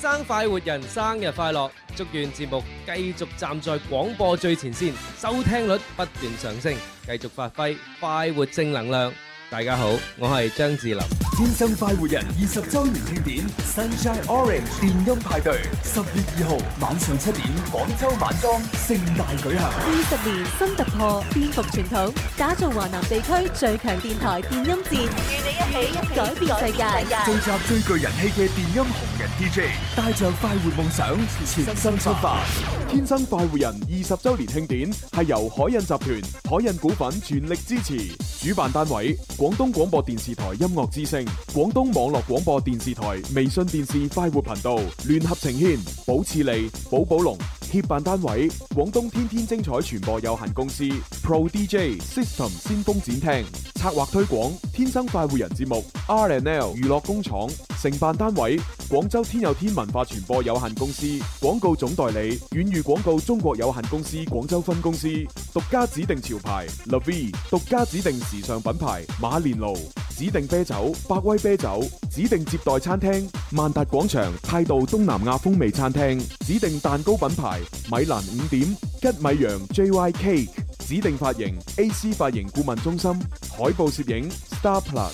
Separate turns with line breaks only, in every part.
生快活人生日快樂！祝願節目繼續站在廣播最前線，收聽率不斷上升，繼續發揮快活正能量。大家好，我係張智霖。
天生快活人二十周年慶典 Sunshine Orange 電音派對，十月二號晚上七點，廣州晚裝盛大舉行。
二十年新突破，顛覆傳統，打造華南地區最強電台電音節，與你一起改變世
聚
界。
集最具人氣嘅電音紅人 DJ，帶着快活夢想，全身出發。
天生快活人二十周年慶典係由海印集團、海印股份全力支持，主辦單位廣東廣播電視台音樂之聲、廣東網絡廣播電視台微信電視快活頻道聯合呈獻，寶次利、寶寶龍。協辦單位：廣東天天精彩傳播有限公司 Pro DJ System 先鋒展廳，策劃推廣《天生快活人》節目 R&L 娛樂工廠，承辦單位：廣州天有天文化傳播有限公司，廣告總代理：遠譽廣告中國有限公司廣州分公司，獨家指定潮牌 l e v i 獨家指定時尚品牌馬連奴。指定啤酒、百威啤酒；指定接待餐廳，萬達廣場態度東南亞風味餐廳；指定蛋糕品牌，米蘭五點吉米羊 JY Cake；指定髮型，AC 髮型顧問中心；海報攝影，Star Plus。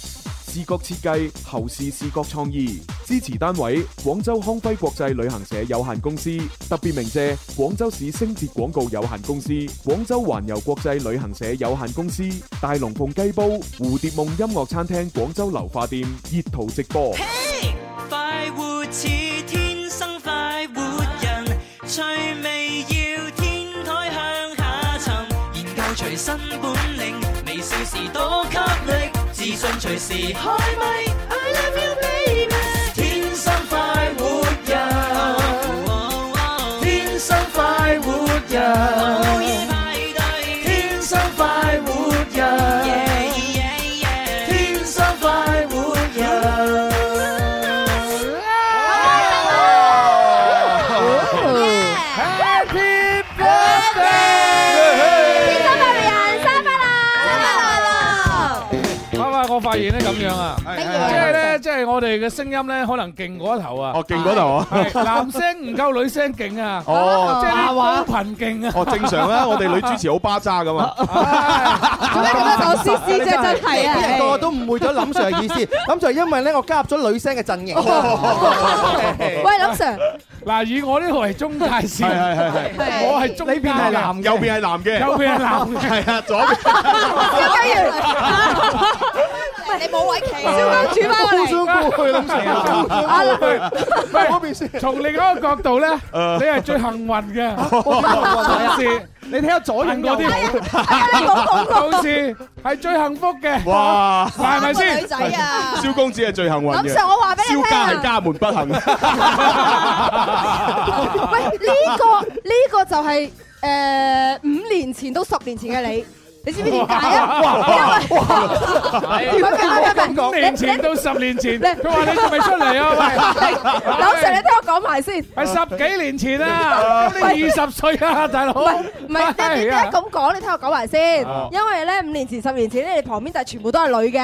視覺設計、後視視覺創意，支持單位廣州康輝國際旅行社有限公司，特別鳴謝廣州市星捷廣告有限公司、廣州環遊國際旅行社有限公司、大龍鳳雞煲、蝴蝶夢音樂餐廳廣州流化店熱圖直播。
快活似天生快活人，趣味要天台向下沉，研究隨身本領，微笑時多給力，自信隨時開咪。I love you baby，天生快活人，天生快活人，天生快活人，天生快活人。
Happy birthday！
天生快活人，生日快樂！
啊嘛，我發現咧咁樣啊，即係咧，即係我哋嘅聲音咧，可能勁過頭啊。
哦，勁嗰度啊！
係男聲唔夠女聲勁啊！
哦
即係啲高頻勁啊！
哦，正常啦，我哋女主持好巴渣噶嘛。
做咩咁多首詩詩啫？真係啊！
個個都誤會咗林 Sir 嘅意 思。林 Sir 因為咧，我加入咗女聲嘅陣 營。
喂，林 Sir，
嗱，以我呢個為中介線，
係係係係
我係中間
呢邊係男
右邊係男嘅，
右邊係男嘅
係啊，左邊
你冇位企，
Ờ.
小金主翻我嚟。
過去諗
à.
成
啊林
從另一個角度咧，你係最幸運嘅，同時
你睇下左
幸
擁
嗰
右
啲，同時係最幸福嘅，
哇！
係
個
咪先
女？仔啊！
蕭公子係最幸運嘅。
林 Sir，我話俾你
蕭
聽
家係
啊！
家門不幸。
喂，呢個呢個就係誒五年前到十年前嘅你，你知唔知點解啊？因為唔係唔係唔係唔
五
係，你
年
你
前到十年前，佢話你仲未出嚟啊？喂！
林 Sir，你聽我講埋先。
係十幾年前啦，咁你二十歲啊，大佬。
唔係，
啊
即係點解咁講？你聽我講埋先
啊。
因為咧，五年前、十年前咧，你旁邊就係全部都係女嘅。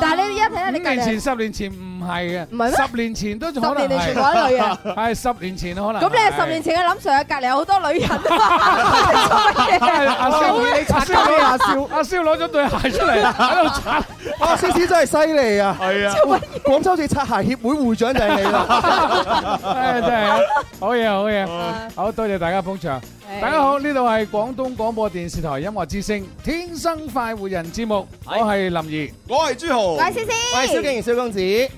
但係你一睇咧，
五
你隔
年前、
離
十年前唔係
唔係咩
嘅，十年前都仲可
十
能
年你全部
係。
都係女 嘅。
係十年前可能。
咁你係十年 前嘅林 Sir，隔離有好多女人。你做乜嘢
阿蕭，你擦
擦膠
à,
啊蕭
阿蕭攞咗對鞋出嚟喺度擦。
哇！思思真係犀利啊！
係啊。
廣州市擦鞋協會會長就係你 啦。
唉，真係好嘢，好嘢，好多謝大家捧場。大家好，呢度係廣東廣播電視台音樂之聲《天生快活人》節目，我係林怡。
我係朱豪。
喂，思思，
我係蕭敬仁蕭公子，
係，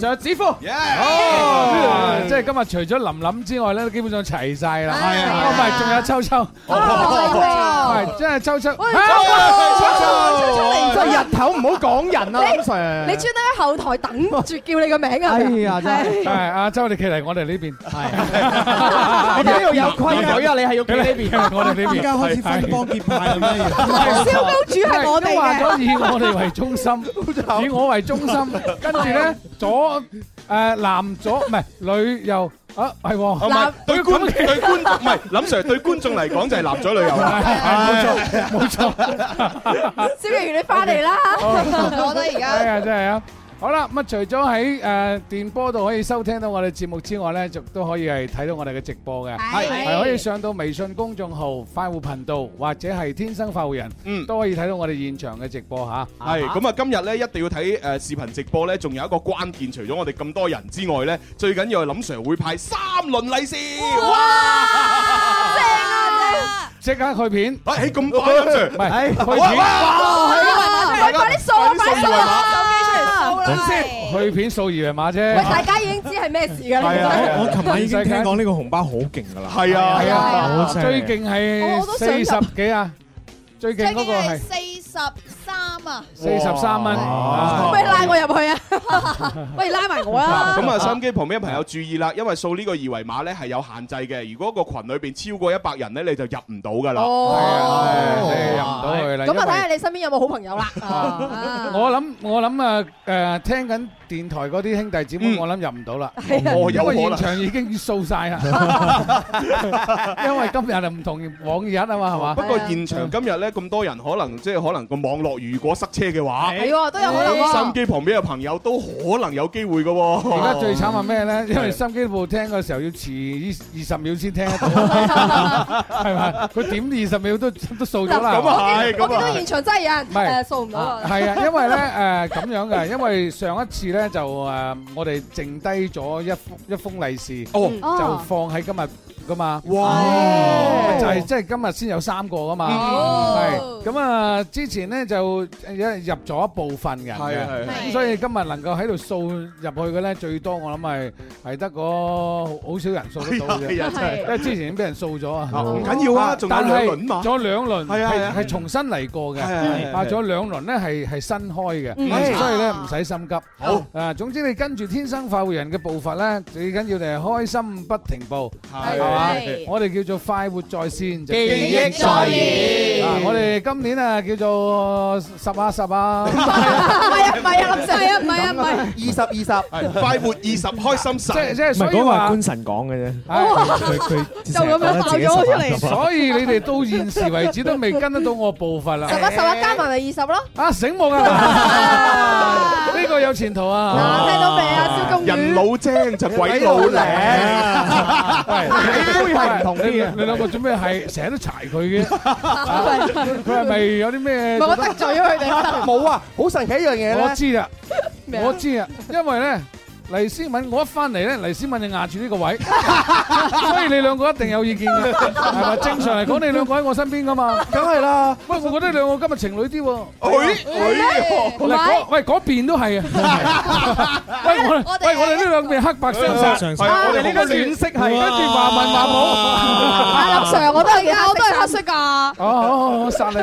仲有子夫。
哦，
即係今日除咗林林之外咧，基本上齊晒啦。
係啊
哦，唔係，仲有秋秋。Ờ. 係，真係秋秋。
真係日頭唔好講人啊，林 Sir。
你專登喺後台等住叫你個名啊！
哎呀，真係。
係阿周，你企嚟我哋呢邊。
我哋呢度有規矩啊，你係要企呢邊。
我哋呢邊。
蕭公主係我哋
都話
嘅，
咗以我哋為中心，以我為中心，跟住咧左誒男左唔係女右啊係
哦唔
喎，
係對觀對觀唔係林 Sir 對觀眾嚟講就係男左女右啦。
係冇錯冇錯，
蕭敬元你翻嚟啦！
Ờ. à, 我覺得而家係啊真係啊。好啦，咁啊，除咗喺誒電波度可以收聽到我哋節目之外咧，亦都可以係睇到我哋嘅直播嘅，
係
係可以上到微信公眾號快活頻道或者係天生快活人，
嗯
都可以睇到我哋現場嘅直播嚇。
係咁啊！今日咧一定要睇誒視頻直播咧，仲有一個關鍵，除咗我哋咁多人之外咧，最緊要係林 Sir 會派三輪利是。
即刻去片，
誒咁快林 Sir，
唔係去
哇
片，
哇係啊
喂快啲掃
快啲
啊！快啲
掃
掃
二維
啊！
碼
手機出嚟掃啦！
去片掃二維碼啫。
喂，大家已經知係咩事㗎啦。
係啊係啊
我琴晚已經
全世界
聽講呢個紅包好勁噶啦，
係啊係啊！
好犀利
最勁係
我都想
四
入
十幾啊，最勁嗰個係
à.
四十三蚊。
其實
啊
喂，拉我入去啊！喂，拉埋我啦！
咁啊，收音機旁邊嘅朋友注意啦，因為掃呢個二維碼咧係有限制嘅。如果個群裏邊超過一百人咧，你就入唔到㗎啦。
哦，
你入唔到去啦。
咁啊，
因為
睇下你身邊有冇好朋友啦。啊
我諗我諗啊誒，聽緊電台嗰啲兄弟姊妹，
嗯
我諗入唔 到啦，
哦，
因
有可
為現
能。
場已經掃 晒啦。因為今日係唔同往日啊嘛，係嘛
不？過現場今日咧咁多人，可能即係可能個網絡如果塞車嘅話，
係喎，都有可能
收音
喎。
機旁邊嘅朋友都可能有機會㗎喎。
而家最慘係咩咧？因為心機部聽嘅時候要遲二十秒先聽 得到，係咪？佢點二十秒都都掃咗啦。
咁啊係，
我見
咁
到
啊
現場真係有人
哎唔
誒
係
掃唔到啊！
係啊，因 為咧誒咁樣嘅，因為上一次咧就誒我哋剩低咗一封一封利是，
哦
就放喺今日噶嘛。
哇！
就係即係今日先有三個噶嘛，
哦
係咁啊！之前咧就有人入咗一部分人
係係
嘅，
係
咁所以今日能夠喺度掃入去嘅咧，最多我諗係係得嗰好少人掃得到嘅，
係啊真係
因為之前已經俾人掃咗啊。
唔緊要啊，仲有
但
兩
係
輪嘛。
仲有兩輪
係啊係啊
係係重新嚟過嘅。
係
啊，仲有兩輪咧係係新開嘅，
嗯
所以咧唔使心急。
好
啊，總之你跟住天生快活人嘅步伐咧，最緊要你係開心不停步，
係
係嘛
係？
我哋叫做快活在線，就
記憶
在
現啊我哋今年啊叫做十啊十啊，
唔係啊，唔係啊，林 Sir，係啊，唔係啊，唔係。
二十二十，
係快活二十，開心十
即。係即係
唔係
所以
嗰個係
話
官。神講嘅啫，
係
佢佢
就咁樣爆咗出嚟
所以你哋到現時為止都未跟得到我步伐啦
十，一十一加埋咪二十咯。
啊醒目啊！呢個有前途啊！
嗱，聽到未啊，蕭公
人
園？
老精就鬼老靈，
杯
喂
係唔同啲嘅
你你兩個做咩係成日都柴佢嘅？佢係咪有啲咩
唔係？我得罪咗佢哋。
冇啊！好神奇一樣嘢
我
咧，
知啦，
咩啊
我知啊，因為咧。黎思敏，我一翻嚟咧，黎思敏就壓住呢 個位，所以你兩個一定有意見嘅，係咪？正常嚟講，你兩個喺我身邊噶嘛。
梗係啦，
喂，我覺得你兩個今日情侶啲喎。
哎
喂，嗰喂嗰邊都 係啊。喂，我
我哋
喂我哋呢兩邊黑白相殺，
上
哎，係我哋呢個暖色
跟住話問話冇。
阿啊林 Sir，我都係我都係黑色㗎。
哦哦，哦殺你！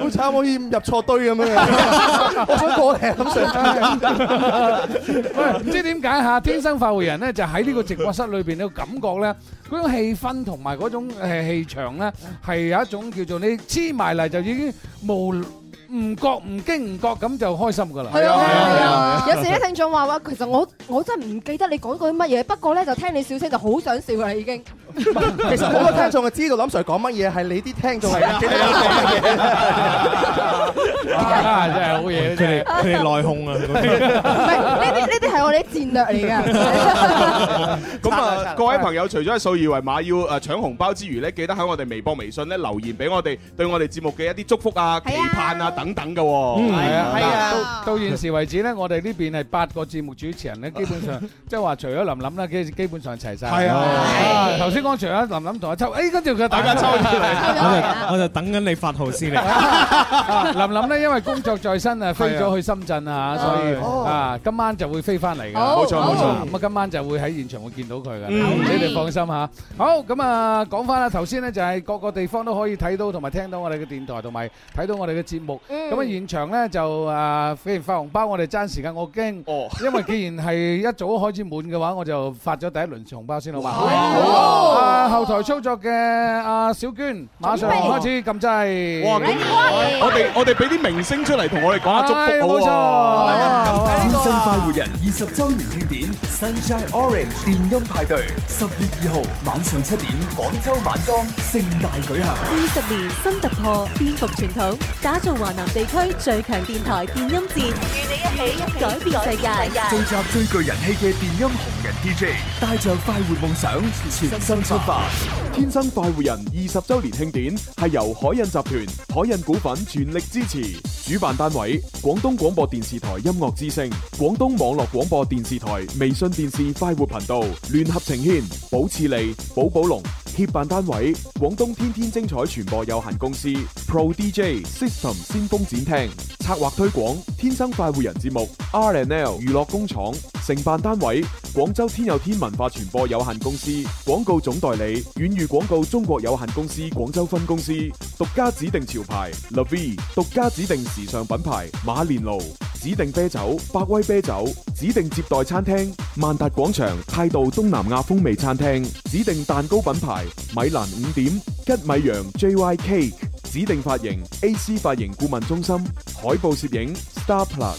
好慘，好似入錯堆咁樣嘅。我想過嚟諗
喂，唔知點解嚇，天生快活人咧就喺呢個直播室裏邊，呢個感覺咧，嗰種氣氛同埋嗰種誒氣場咧，係有一種叫做你黐埋嚟就已經無唔覺唔經唔覺咁就開心噶啦。
係啊係啊！有時啲聽眾話話，其實我我真係唔記得你講過啲乜嘢，不過咧就聽你笑聲就好想笑啦已經。
其實好多聽眾就知道林 Sir 講乜嘢，係你啲聽眾係記得
啊，真係好
佢
嘢！真係
哋佢哋內控啊，
唔係呢啲呢啲係我哋啲戰略嚟嘅。
咁啊，各位朋友，除咗係掃二維碼要誒搶紅包之餘咧，記得喺我哋微博、微信咧留言俾我哋，對我哋節目嘅一啲祝福啊、期盼啊等等嘅喎。
係啊，
係啊
到到現時為止咧，我哋呢邊係八個節目主持人咧，基本上即係話除咗林琳啦，基基本上齊晒。
係啊
啊，頭先講除咗林琳同阿秋，誒跟住佢大家抽
我就我就等緊你發號先嚟。
啊林琳咧，因為工作在身啊，飛咗去深圳啊，所以
哦
啊，今晚就會飛翻嚟嘅。
好冇錯
冇錯
啊咁啊，今晚就會喺現場會見到佢嘅，
嗯
你哋放心嚇。好，咁啊，講翻啦，頭先咧就係各個地方都可以睇到同埋聽到我哋嘅電台，同埋睇到我哋嘅節目。咁啊，現場咧就啊，既然發紅包，我哋爭時間，我驚。
哦，
因為既然係一早開始滿嘅話，我就發咗第一輪紅包先好嘛。
好
啊，後台操作嘅阿小娟，馬上開始撳掣。
哇！咁我哋我哋俾啲明星出嚟同我哋講下祝
哎
福
冇錯
好喎。
天生快活人二十周年慶典 Sunshine Orange 電音派對，十月二號晚上七點，廣州晚裝盛大舉行。
二十年新特破、顛覆傳統，打造華南地區最強電台電音節，與你一起改變世
聚
界。
集最具人氣嘅電音紅人 DJ，帶着快活夢想，全身出發。
天生快活人二十周年慶典係由海印集團、海印股份全力支持，主辦單位廣東廣播電視台音樂之聲、廣東網絡廣播電視台微信電視快活頻道聯合呈獻，寶次利、寶寶龍。協辦單位廣東天天精彩傳播有限公司 Pro DJ System 先鋒展廳策劃推廣天生快活人節目 R&L 娛樂工廠承辦單位廣州天有天文化傳播有限公司廣告總代理遠譽廣告中國有限公司廣州分公司獨家指定潮牌 l e v i 獨家指定時尚品牌馬連奴指定啤酒百威啤酒指定接待餐廳萬達廣場態度東南亞風味餐廳指定蛋糕品牌米蘭五點吉米羊 JY Cake 指定髮型 AC 髮型顧問中心海報攝影 Star Plus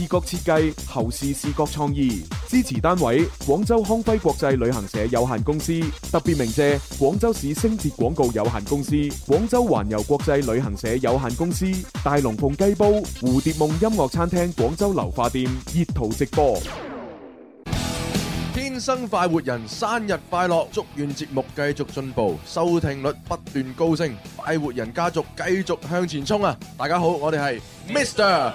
視覺設計後視視覺創意支持單位廣州康輝國際旅行社有限公司特別鳴謝廣州市星捷廣告有限公司廣州環遊國際旅行社有限公司大龍鳳雞煲蝴蝶夢音樂餐廳廣州流化店熱圖直播。
天生快活人生日快樂！祝願節目繼續進步，收聽率不斷高升，快活人家族繼續向前衝啊！大家好，我哋係 Mr。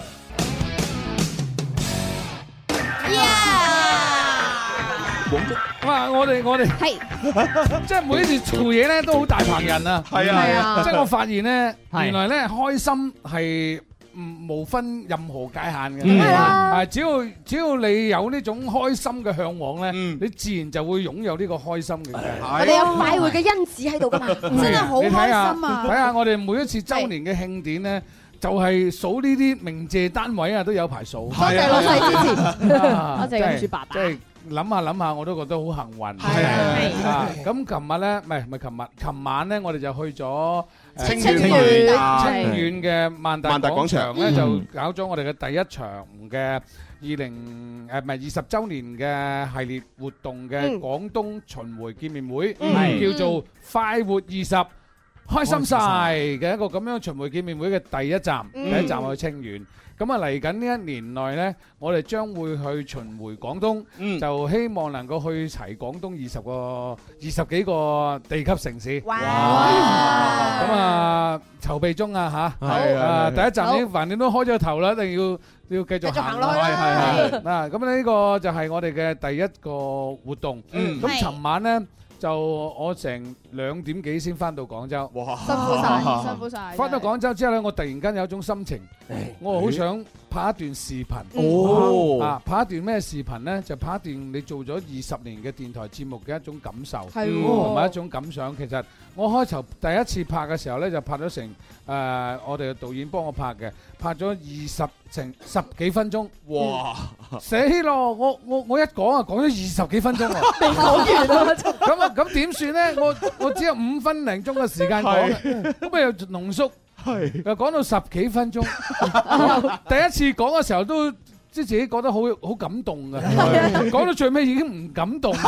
哇！我哋我哋
係，
即係每一次做嘢咧都好大棚人啊！
係啊係啊
即係我發現咧，
係
原來咧開心係唔無分任何界
嗯
限嘅，
係啊
啊！只要只要你有呢種開心嘅向往咧，你自然就會擁有呢個開心嘅。
我哋有快活嘅因子喺度噶嘛， 真係好
嗯你睇下
開心啊！
睇下我哋每一次周年嘅慶典咧。就係數呢啲名謝單位啊，都有排數。
多謝老細支持
啊
多謝金主爸爸
真係真係諗下諗下，我都覺得好幸運。
係
啊，咁琴日咧，唔係唔係琴日，琴晚咧，我哋就去咗誒
清遠清遠啊
清遠嘅萬達
萬達廣場
咧，就
嗯
搞咗我哋嘅第一場嘅二零誒唔係二十週年嘅系列活動嘅
嗯
廣東巡迴見面會，
嗯
係
嗯
叫做快活二十。開心晒嘅一個咁樣巡迴見面會嘅第一站，
嗯
第一站去清遠。咁啊嚟緊呢一年內呢，我哋將會去巡迴廣東，就希望能夠去齊廣東二十個、二十幾個地級城市。哇！咁啊，籌備中啊嚇，
係
啊
係
第一站已經
好
反正都開咗個頭啦，一定要。要繼續行落去啦。
係係係
嗱，咁呢個就係我哋嘅第一個活動。
嗯
咁尋晚呢，就我成兩點幾先翻到廣州。哇！
辛苦晒辛苦晒
翻到廣州之後呢，我突然間有一種心情，我好想拍一段視頻。
哦
啊，拍一段咩視頻呢？就拍一段你做咗二十年嘅電台節目嘅一種感受，哦
係喎
同埋一種感想。其實我開頭第一次拍嘅時候呢，就拍咗成誒、呃我哋嘅導演幫我拍嘅，拍咗二十成十幾分鐘。
哇！
死咯！我我我一講啊，講咗二十幾分鐘啊，
未講完啊
咁啊咁點算咧？我我只有五分零鐘嘅時間講，咁咪又濃縮，又講到十幾分鐘。第一次講嘅時候都。即係自己覺得好好感動嘅，講到最尾已經唔感 動。
你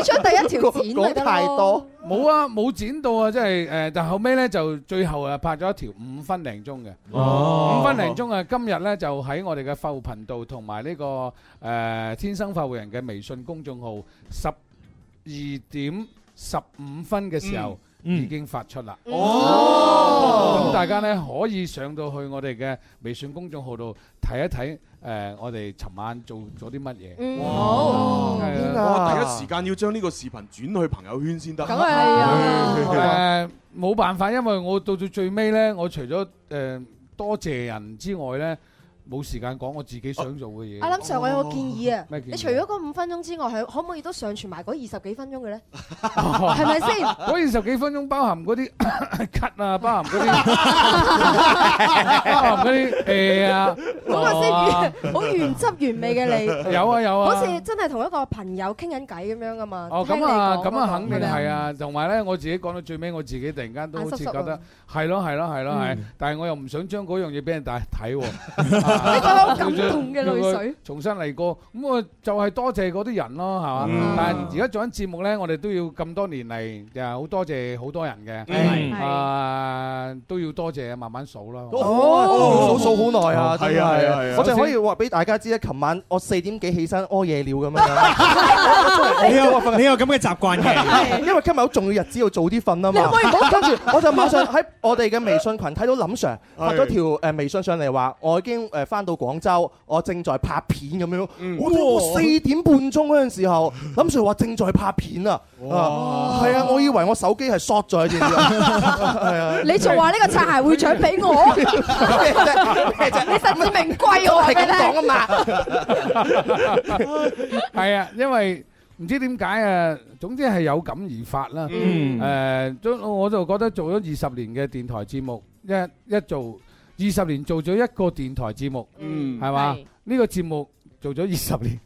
將第一條剪咪得咯講太多，
冇啊冇剪到啊，即係誒，但後尾咧就最後啊拍咗一條五分零鐘嘅，
哦
五分零鐘啊，今日咧就喺我哋嘅快活頻道同埋呢個誒天生快活人嘅微信公眾號十二點十五分嘅時候。已經發出啦！
哦
咁大家咧可以上到去我哋嘅微信公眾號度睇一睇，誒我哋尋晚做咗啲乜嘢？
好
係
我
啊
第一時間要將呢個視頻轉去朋友圈先得。
梗係
Ờ.
啊！誒冇辦法，因為我到到最尾咧，我除咗誒多謝人之外咧，冇時間講我自己想做嘅嘢。
阿啊林 Sir，我有個
哦
建議啊，
咩建議
你除咗 嗰五分鐘之外，係可唔可以都上傳埋嗰二十幾分鐘嘅咧？係咪先？
嗰二十幾分鐘包含嗰啲 咳啊，包含 嗰啲，包含嗰啲誒啊，
嗰個先
啊
原好原汁原味嘅你。
有啊有啊
好似真係同一個朋友傾緊偈咁樣噶嘛。
哦，
聽你
咁啊，
講嗰個
咁啊，肯定
係咪
係啊，同埋咧，我自己講到最尾，我自己突然間都好似覺
眼濕濕
得
啊
係咯，係咯，係咯，係
嗯，
但係我又唔想將嗰樣嘢俾人大睇喎，
一個好感動嘅淚水。
重新嚟過，咁我就係多謝嗰啲人咯，係嘛？
嗯。
但係而家做緊節目呢，我哋都要咁多年嚟，就係好多謝好多人嘅。
係。
哦
啊，都要多謝，慢慢數啦。
哦，數數好耐啊，真
係啊，係啊，係啊。
係，我就可以話俾大家知咧，啊琴晚我四點幾起身屙夜尿咁 樣。
你有你有咁嘅習慣嘅，
因為今日好重要日子要早啲瞓啊嘛。
你可唔可 以唔好
跟住我就馬上喺我哋嘅微信群睇到林 Sir 發咗條誒微信上嚟話，我已經誒翻到廣州，我正在拍片咁樣。
嗯
我都我四點半鐘嗰陣時候，林 Sir 話正在拍片啊。啊係啊，我以為我手機係 short 咗喺度。 係啊
你仲話呢個擦鞋會獎俾我？你實至名歸我係
係咁講啊嘛。
係啊，因為唔知點解啊，總之係有感而發啦。
嗯。
誒，都-我就覺得做咗20年嘅電台節目，一-一做-20年做咗一個電台節目，係嘛？
係。
呢個節目做咗20年。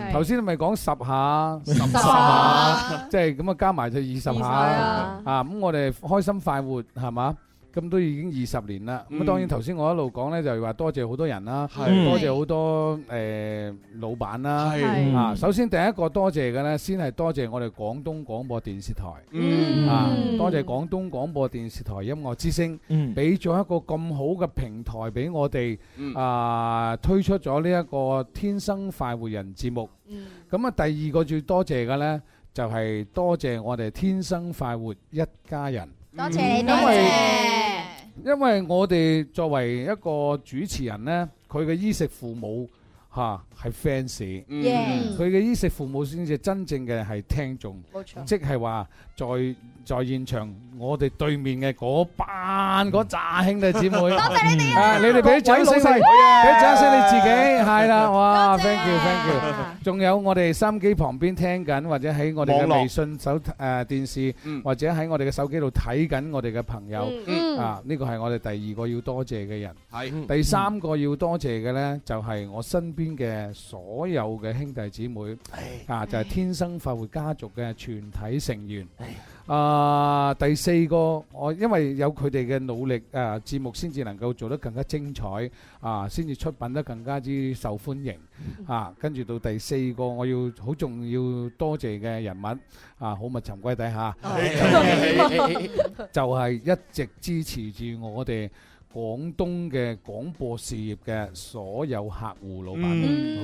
係。
頭先咪講10下，10
下。
即係咁啊，加埋就20下。
係啊。
啊，咁我哋開心快活，係嘛？咁都已經20年啦。
嗯。
咁當然頭先我一路講呢，就係話多謝好多人啦，
係。
多謝好多，誒，老闆啦。
係。
啊，首先第一個多謝嘅呢，先係多謝我哋廣東廣播電視台，
嗯
啊，多謝廣東廣播電視台音樂之聲，俾咗一個咁好嘅平台俾我哋，
嗯
啊，推出咗呢一個天生快活人節目。
嗯
咁啊，第二個最多謝嘅呢，就係多謝我哋天生快活一家人。
多謝你，
因為-
多謝。
因為我哋作為一個主持人呢，佢嘅衣食父母嚇係 fans，
嗯 Yeah
佢嘅衣食父母先至真正嘅係聽眾，
冇錯
即係話在在現場我哋對面嘅嗰班嗰扎兄弟姊妹，
多謝你哋啊
À,
啊！你哋俾掌聲你，
各位老細
俾掌聲你自己，係啦，哇！thank you thank you，仲有我哋收音機旁邊聽緊或者喺我哋
網絡
嘅微信手誒電視或者喺我哋嘅手機度睇緊我哋嘅朋友
嗯嗯
啊。呢個係我哋第二個要多謝嘅人。
係
第三個要多謝嘅呢，就係我身邊嘅所有嘅兄弟姊妹，啊，就係天生快活家族嘅全體成員。啊，第四個我因為有佢哋嘅努力，誒節目先至能夠做得更加精彩，啊，先至出品得更加之受歡迎。啊，跟住到第四個我要好重要多謝嘅人物，啊，好物沉歸底下。就係一直支持住我哋廣東嘅廣播事業嘅所有客户老闆。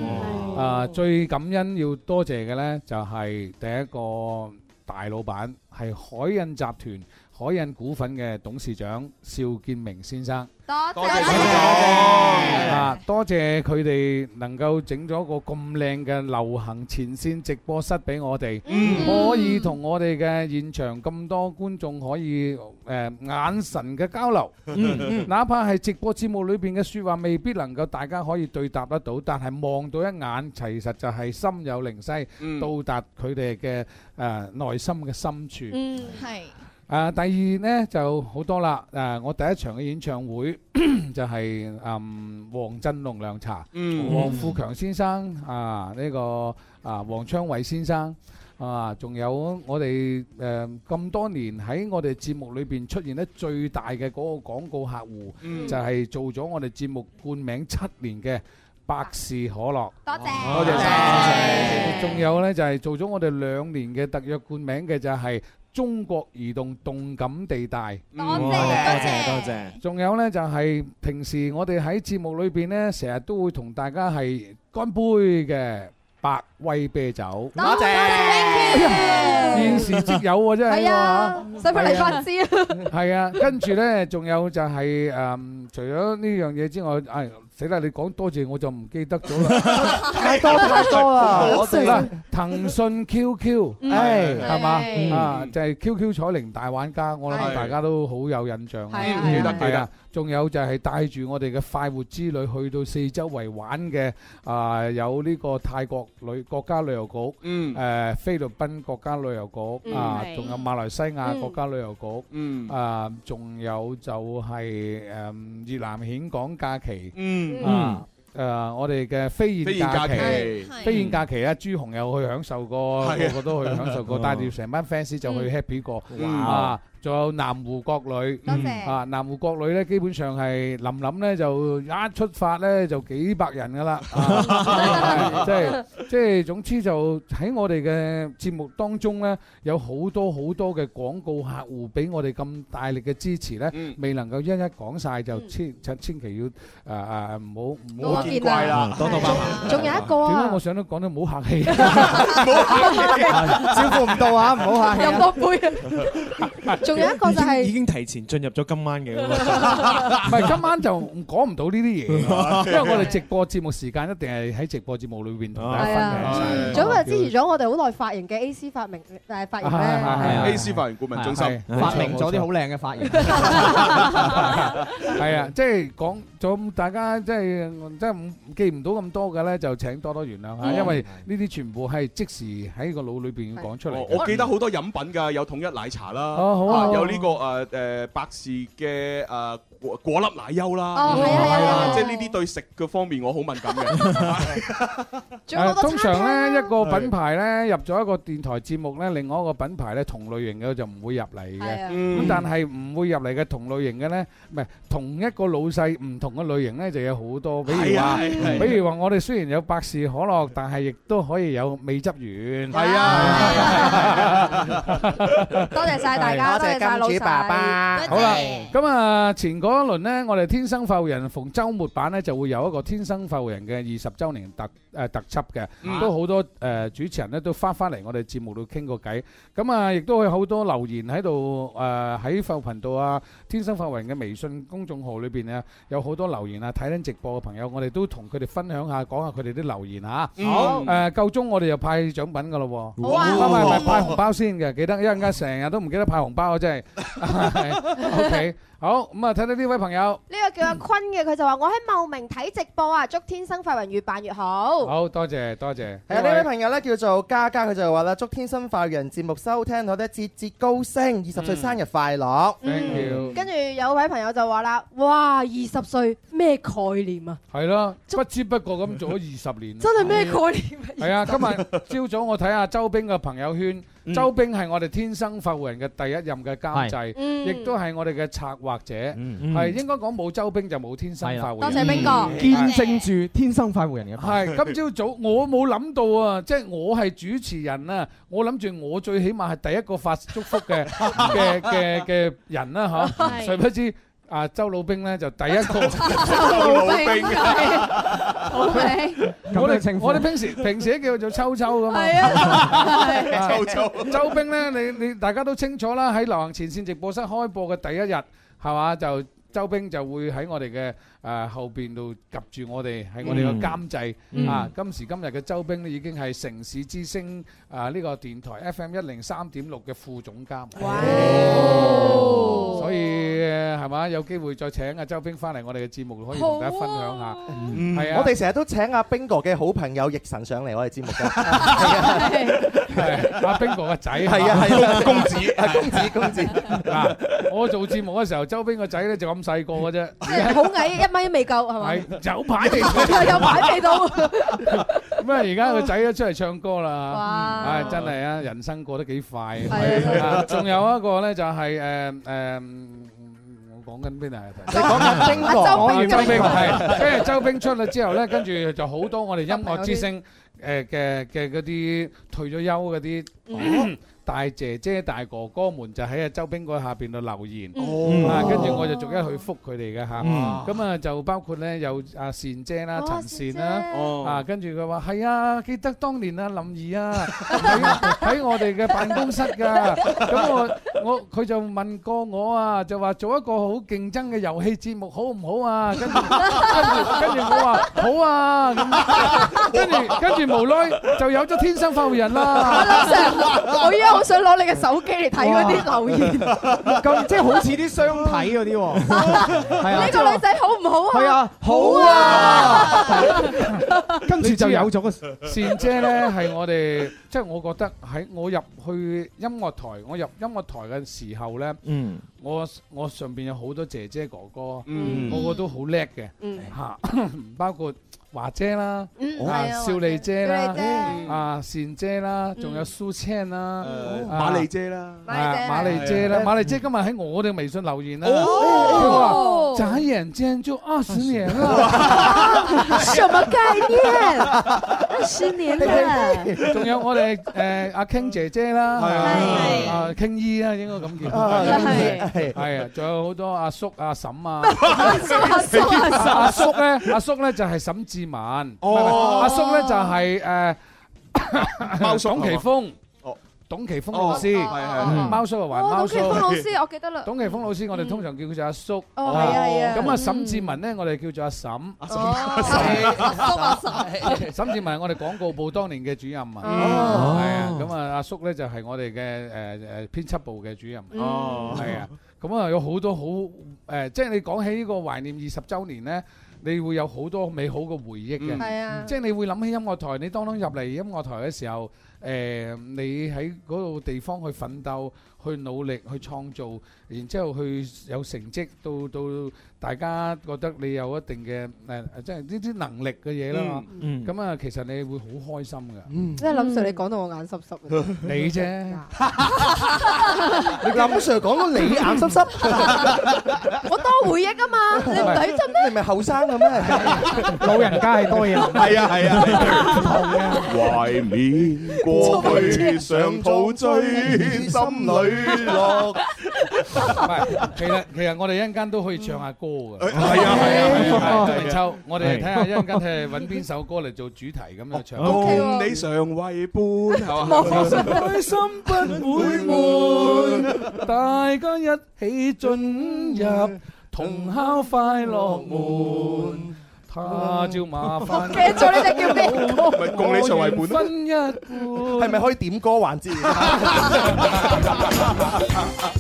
啊，最感恩要多謝嘅呢，就係第一個大老闆係海印集團海印股份嘅董事長邵建明先生。啊，多謝佢哋能夠整咗個咁靚嘅流行前線直播室俾我哋，可以同我哋嘅現場咁多觀眾可以誒眼神嘅交流
嗯嗯，
哪怕係直播節目裏邊嘅説話未必能夠大家可以對答得到，但係望到一眼，其實就係心有靈犀，到達佢哋嘅誒內心嘅深處。啊，第二呢就好多啦。誒，我第一場嘅演唱會就係嗯黃振龍涼茶，
嗯
黃富強先生啊，呢個啊黃昌偉先生啊，仲有我哋誒咁多年喺我哋節目裏邊出現得最大嘅嗰個廣告客戶，
嗯
就係做咗我哋節目冠名七年嘅百事可樂。
多謝。多謝。
仲有呢，就係做咗我哋兩年嘅特約冠名嘅就係中國移動動感地帶。
多謝多謝多謝。
仲有呢，就係平時我哋喺節目裏邊呢，成日都會同大家係乾杯嘅百威啤酒。
多謝，thank you
哎呀現時即有喎，真係
係啊
呢個，
使唔使嚟發支啊？
係啊，跟住咧，仲有就係誒，除咗呢樣嘢之外，唉，死啦！你講多謝我就唔記得咗啦，
太多太多啦
我哋啦，騰訊 QQ，
嗯
唉，係
係
嘛啊，就係 QQ 彩鈴大玩家，我諗
係
大家都好有印象啊，
係啊記得
係啊
記得。
仲有就係帶住我哋嘅快活之旅去到四周圍玩嘅啊，有呢個泰國旅國家旅遊局，
嗯
誒菲律賓國家旅遊局
嗯
啊，
係
仲有馬來西亞
嗯
國家旅遊局，啊，仲有就係誒越南峴港假期，
嗯
啊。誒、我哋嘅飛燕假
飛
期
燕假期，
飛燕假期啊，朱紅又去享受過，
係啊
個個都去享受過，
哦
帶住成班 fans 就去
嗯
happy 過，
哇
à,
啊，仲有南湖國旅。
多謝
啊！南湖國旅咧，基本上係林林咧就一出發咧就幾百人噶啦，啊即係即係總之就喺我哋嘅節目當中咧，有好多好多嘅廣告客戶俾我哋咁大力嘅支持咧，未能夠一一講晒，就千千千祈要誒誒唔好唔好
多見怪啦
多多包涵。
仲有一個啊
點解我上都講得唔好客氣？
招呼唔到啊，唔好客氣啊。
飲多 杯啊！仲有一個就係
已經已經提前進入咗今晚嘅嗰個。
唔係今晚就講唔到呢啲嘢，因為我哋直播節目時間一定係喺直播節目裏邊同大家
係啊
分享。
早日支持咗我哋好耐髮型嘅 AC 發明誒 發型咧，
A C 髮型顧問中心
係
發明咗啲好靚嘅 髮型。
係啊，即係講咗大家即係即係唔記唔到咁多嘅咧，就請多多原諒嚇，
嗯
因為呢啲全部係即時喺個腦裏邊講出嚟
哦
嘅。
我記得好多飲品㗎，有統一奶茶啦，
哦好啊好啊
有呢個誒誒百事嘅誒果果粒奶優啦，
哦係啊係啊係啊
即係呢啲對食嘅方面我好敏感嘅。
仲有好多
啊通
餐廳啊
常咧一個品牌咧入咗一個電台節目咧，另外一個品牌咧同類型嘅就唔會入嚟
係
嘅。
啊
嗯
咁但係唔會入嚟嘅同類型嘅咧，唔係同一個老細唔同嘅類型咧就有好多，比如
係啊
話，
係係
比如話我哋雖然有百事可樂，但係亦都可以有美汁源。
係啊，
多謝晒大家，多謝晒老細。
好啦，咁啊，前嗰一輪呢，我哋《天生快活人》逢週末版呢，就會有一個《天生快活人》嘅二十週年特誒特輯嘅，
嗯
都好多誒主持人呢都翻翻嚟我哋節目度傾過偈，咁啊，亦都有好多留言喺度誒喺快活頻道啊，《天生快活人》嘅微信公眾號裏邊啊，有好多留言啊，睇緊直播嘅朋友，我哋都同佢哋分享下，講下佢哋啲留言嚇。
嗯好
誒，夠鐘我哋就派獎品噶咯喎。
好啊
唔係唔係唔係派紅包先嘅，記得一陣間成日都唔記得派紅包啊，真係。O K，好咁啊，睇到呢位朋友，
呢個叫阿坤嘅，佢就話我喺茂名睇直播啊，祝天生快運越辦越 好。
好多謝多謝。
係啊，呢位朋友咧叫做嘉嘉，佢就話啦：祝天生快活人節目收聽率咧節節高升，二十歲生日快樂。
Thank you
跟住有位朋友就話啦，哇，二十歲咩概念 啊？
係咯，不知不覺咁做咗二十年。
真係咩概念？
係啊，今日朝早我睇下周冰嘅朋友圈，
嗯
周冰係我哋天生發活人嘅第一任嘅監製
係，嗯
亦都係我哋嘅策劃者，係應該講冇周冰就冇天生發活
多
人。
謝冰哥啊嗯見證住天生快活人嘅快
係
樂。
今朝早我冇諗到啊，即係我係主持人啊，我諗住我最起碼係第一個發祝福嘅 嘅嘅嘅人啦嚇，
係
誰不知啊周老兵咧就第一 個
老兵
好味。
我哋我哋平時平時都叫做秋秋噶嘛，
係啊
係
秋秋
周冰咧，你你大家都清楚啦，喺流行前線直播室開播嘅第一日，係嘛就。周冰就會喺我哋嘅誒後邊度及住我哋，係我哋嘅監製、
嗯
啊！今時今日嘅周冰咧已經係城市之星啊呢、個電台 FM 一零三點六嘅副總監。所以誒係嘛，有機會再請阿周冰翻嚟我哋嘅節目，可以同大家分享下。係啊，
我哋成日都請阿冰哥嘅好朋友奕神上嚟我哋節目 㗎。
係阿冰哥個仔
係啊係啊公公子啊公子公子
嗱，我做節目嘅時候，周冰個仔咧就咁細個嘅啫，
即 係好矮，一米都未夠係 咪？
係有排嚟
有排未到。
咁啊，而家個仔都出嚟唱歌啦，
哇
唉，真係啊，人生過得幾快
係
啊！仲有一個咧就係誒誒。我講緊邊啊？
你講緊冰哥
啊
我以為
周冰
冰哥
係，跟住周冰出咗之後咧，跟住就好多我哋音樂之星誒嘅嘅嗰啲退咗休嗰啲 大姐姐、大哥哥們就喺阿周冰嗰下邊度留言，
嗯
哦
啊，跟住我就逐一去覆佢哋嘅嚇。
嗯
咁啊就包括咧有阿善姐啦、
哦
啊陳善啦
善姐，
啊跟住佢話係啊，記得當年啊林怡啊喺喺我哋嘅辦公室㗎，咁我我佢就問過我啊，就話做一個好競爭嘅遊戲節目好唔好啊？跟住跟住跟住我話好啊，咁跟住跟住無奈就有咗天生發育人啦。
林 Sir，我依家好想攞你嘅手機嚟睇嗰啲留 言。
咁即係好似啲相睇嗰啲喎。係啊
呢個女仔好唔好啊？
係啊，好啊！跟住就有咗個
善姐咧係我哋，即係我覺得喺我入去音樂台，我入音樂台嘅時候咧，
嗯，
我我上邊有好多姐姐哥哥，
嗯
個個都好叻嘅
嗯，
嚇，包括華姐啦
嗯，
啊
係啊
少莉姐
華姐嗯
啦
少莉姐，
啊善姐啦，仲有蘇青啦，啊
瑪麗姐啦
啊瑪
瑪麗
麗
姐
姐
啦
啦，瑪麗姐今日喺我哋微信留言啦，
哦
佢話眨眼間就二十年啦，
什麼概念？二十年了，
仲有我哋誒阿 King 姐姐啦，係啊 King 姨啦，應該咁叫，
係
係啊，仲有好多阿叔阿嬸啊，
阿叔阿嬸
阿叔咧，阿叔咧就係沈志文，唔係唔係阿叔咧就係誒
貓叔
董其峰，董其峰老師，
哦係係係
貓叔啊，還
哦，
貓
董
叔，
其峰老師，我記得啦。嗯
董其峰老師，我哋通常叫佢做阿叔。
哦係啊係啊哦
咁啊，
嗯
沈志文咧，我哋叫做阿嬸。哦阿嬸，
阿
嬸，沈志文係我哋廣告部當年嘅主任啊。
哦
係啊。咁啊，阿叔咧就係我哋嘅誒誒編輯部嘅主任。啊
嗯
哦
係啊。咁啊，有好多好誒，即係你講起呢個懷念二十週年咧。你會有好多美好嘅回憶嘅，
嗯係啊
即係你會諗起音樂台，你當當入嚟音樂台嘅時候，誒、你喺嗰度地方去奮鬥、去努力、去創造，然之後去有成績，到到大家覺得你有一定嘅誒、誒即係呢啲能力嘅嘢啦
嗯嗯
咁啊、其實你會好開心㗎。
即係林 Sir，你講到我眼濕濕。
嗯你啫，
林 Sir 講到你眼濕濕，
我多回憶啊嘛，你唔抵真咩？
你咪後生嘅 咩？
老人家係多嘢諗。
係啊係啊係啊， 懷緬過去上肚追，心裏 落。
唔係，其實其實我哋一陣間都可以唱下歌㗎。係
啊係啊係啊係啊
周明秋，我哋睇下
係
一陣間睇下揾邊首歌嚟做主題咁樣唱。
共你常為伴，係嘛？
開心不會悶，大家一起進入同敲快樂門。他朝麻煩，
記咗呢隻叫咩歌 咪共你常為伴咯
分一半
係咪可以點歌環節？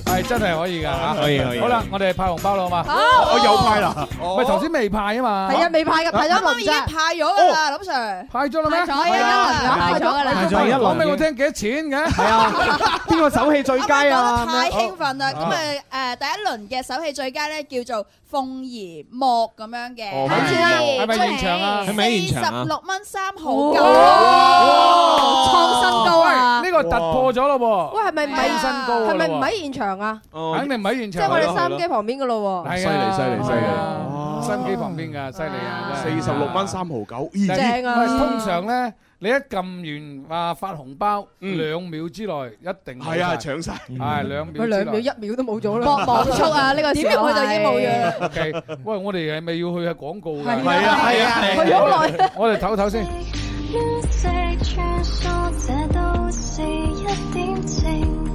係真係可以㗎嚇，
可以可以
好啦，我哋派紅包啦，好嘛？
好我又派
啦，喂，頭先未派啊嘛？
係啊，未派嘅，派咗
啱啱
一
已
輪
經
啫。
派咗㗎啦，林 Sir。
派咗啦
咩？派咗一輪啦，派咗㗎啦。
講俾我聽幾多錢嘅？係啊，邊個手氣最啊
啊
啱啱講得太興奮啦！咁誒誒，第一輪嘅手氣最佳咧叫做鳳兒莫咁樣嘅，
哦係係係咪現場啊係咪現場啊
十六蚊三毫
哇
九，
創新高啊！
呢個突破咗咯
喂，係咪唔喺
創新高啊
係咪唔喺現場啊？
喎，肯定唔喺現
即
場。
係我哋收音機旁邊嘅
Ờ.
咯喎。
係啊，新機旁邊㗎，犀利啊！
Ờ。四十六蚊三毫九，
真係
正啊
喂通常咧，你一撳完話發紅包，兩秒之內一定
係啊搶晒
係兩秒
佢
之內。
兩秒一秒都冇咗啦。
莫網速
à,
啊呢個時候點入去就已經冇咗啦
OK，喂，我哋係咪要去下廣告㗎？
係啊係啊係啊係啊去咗
好
好
耐。我哋唞唞先。
一直穿梭，這都是一點情。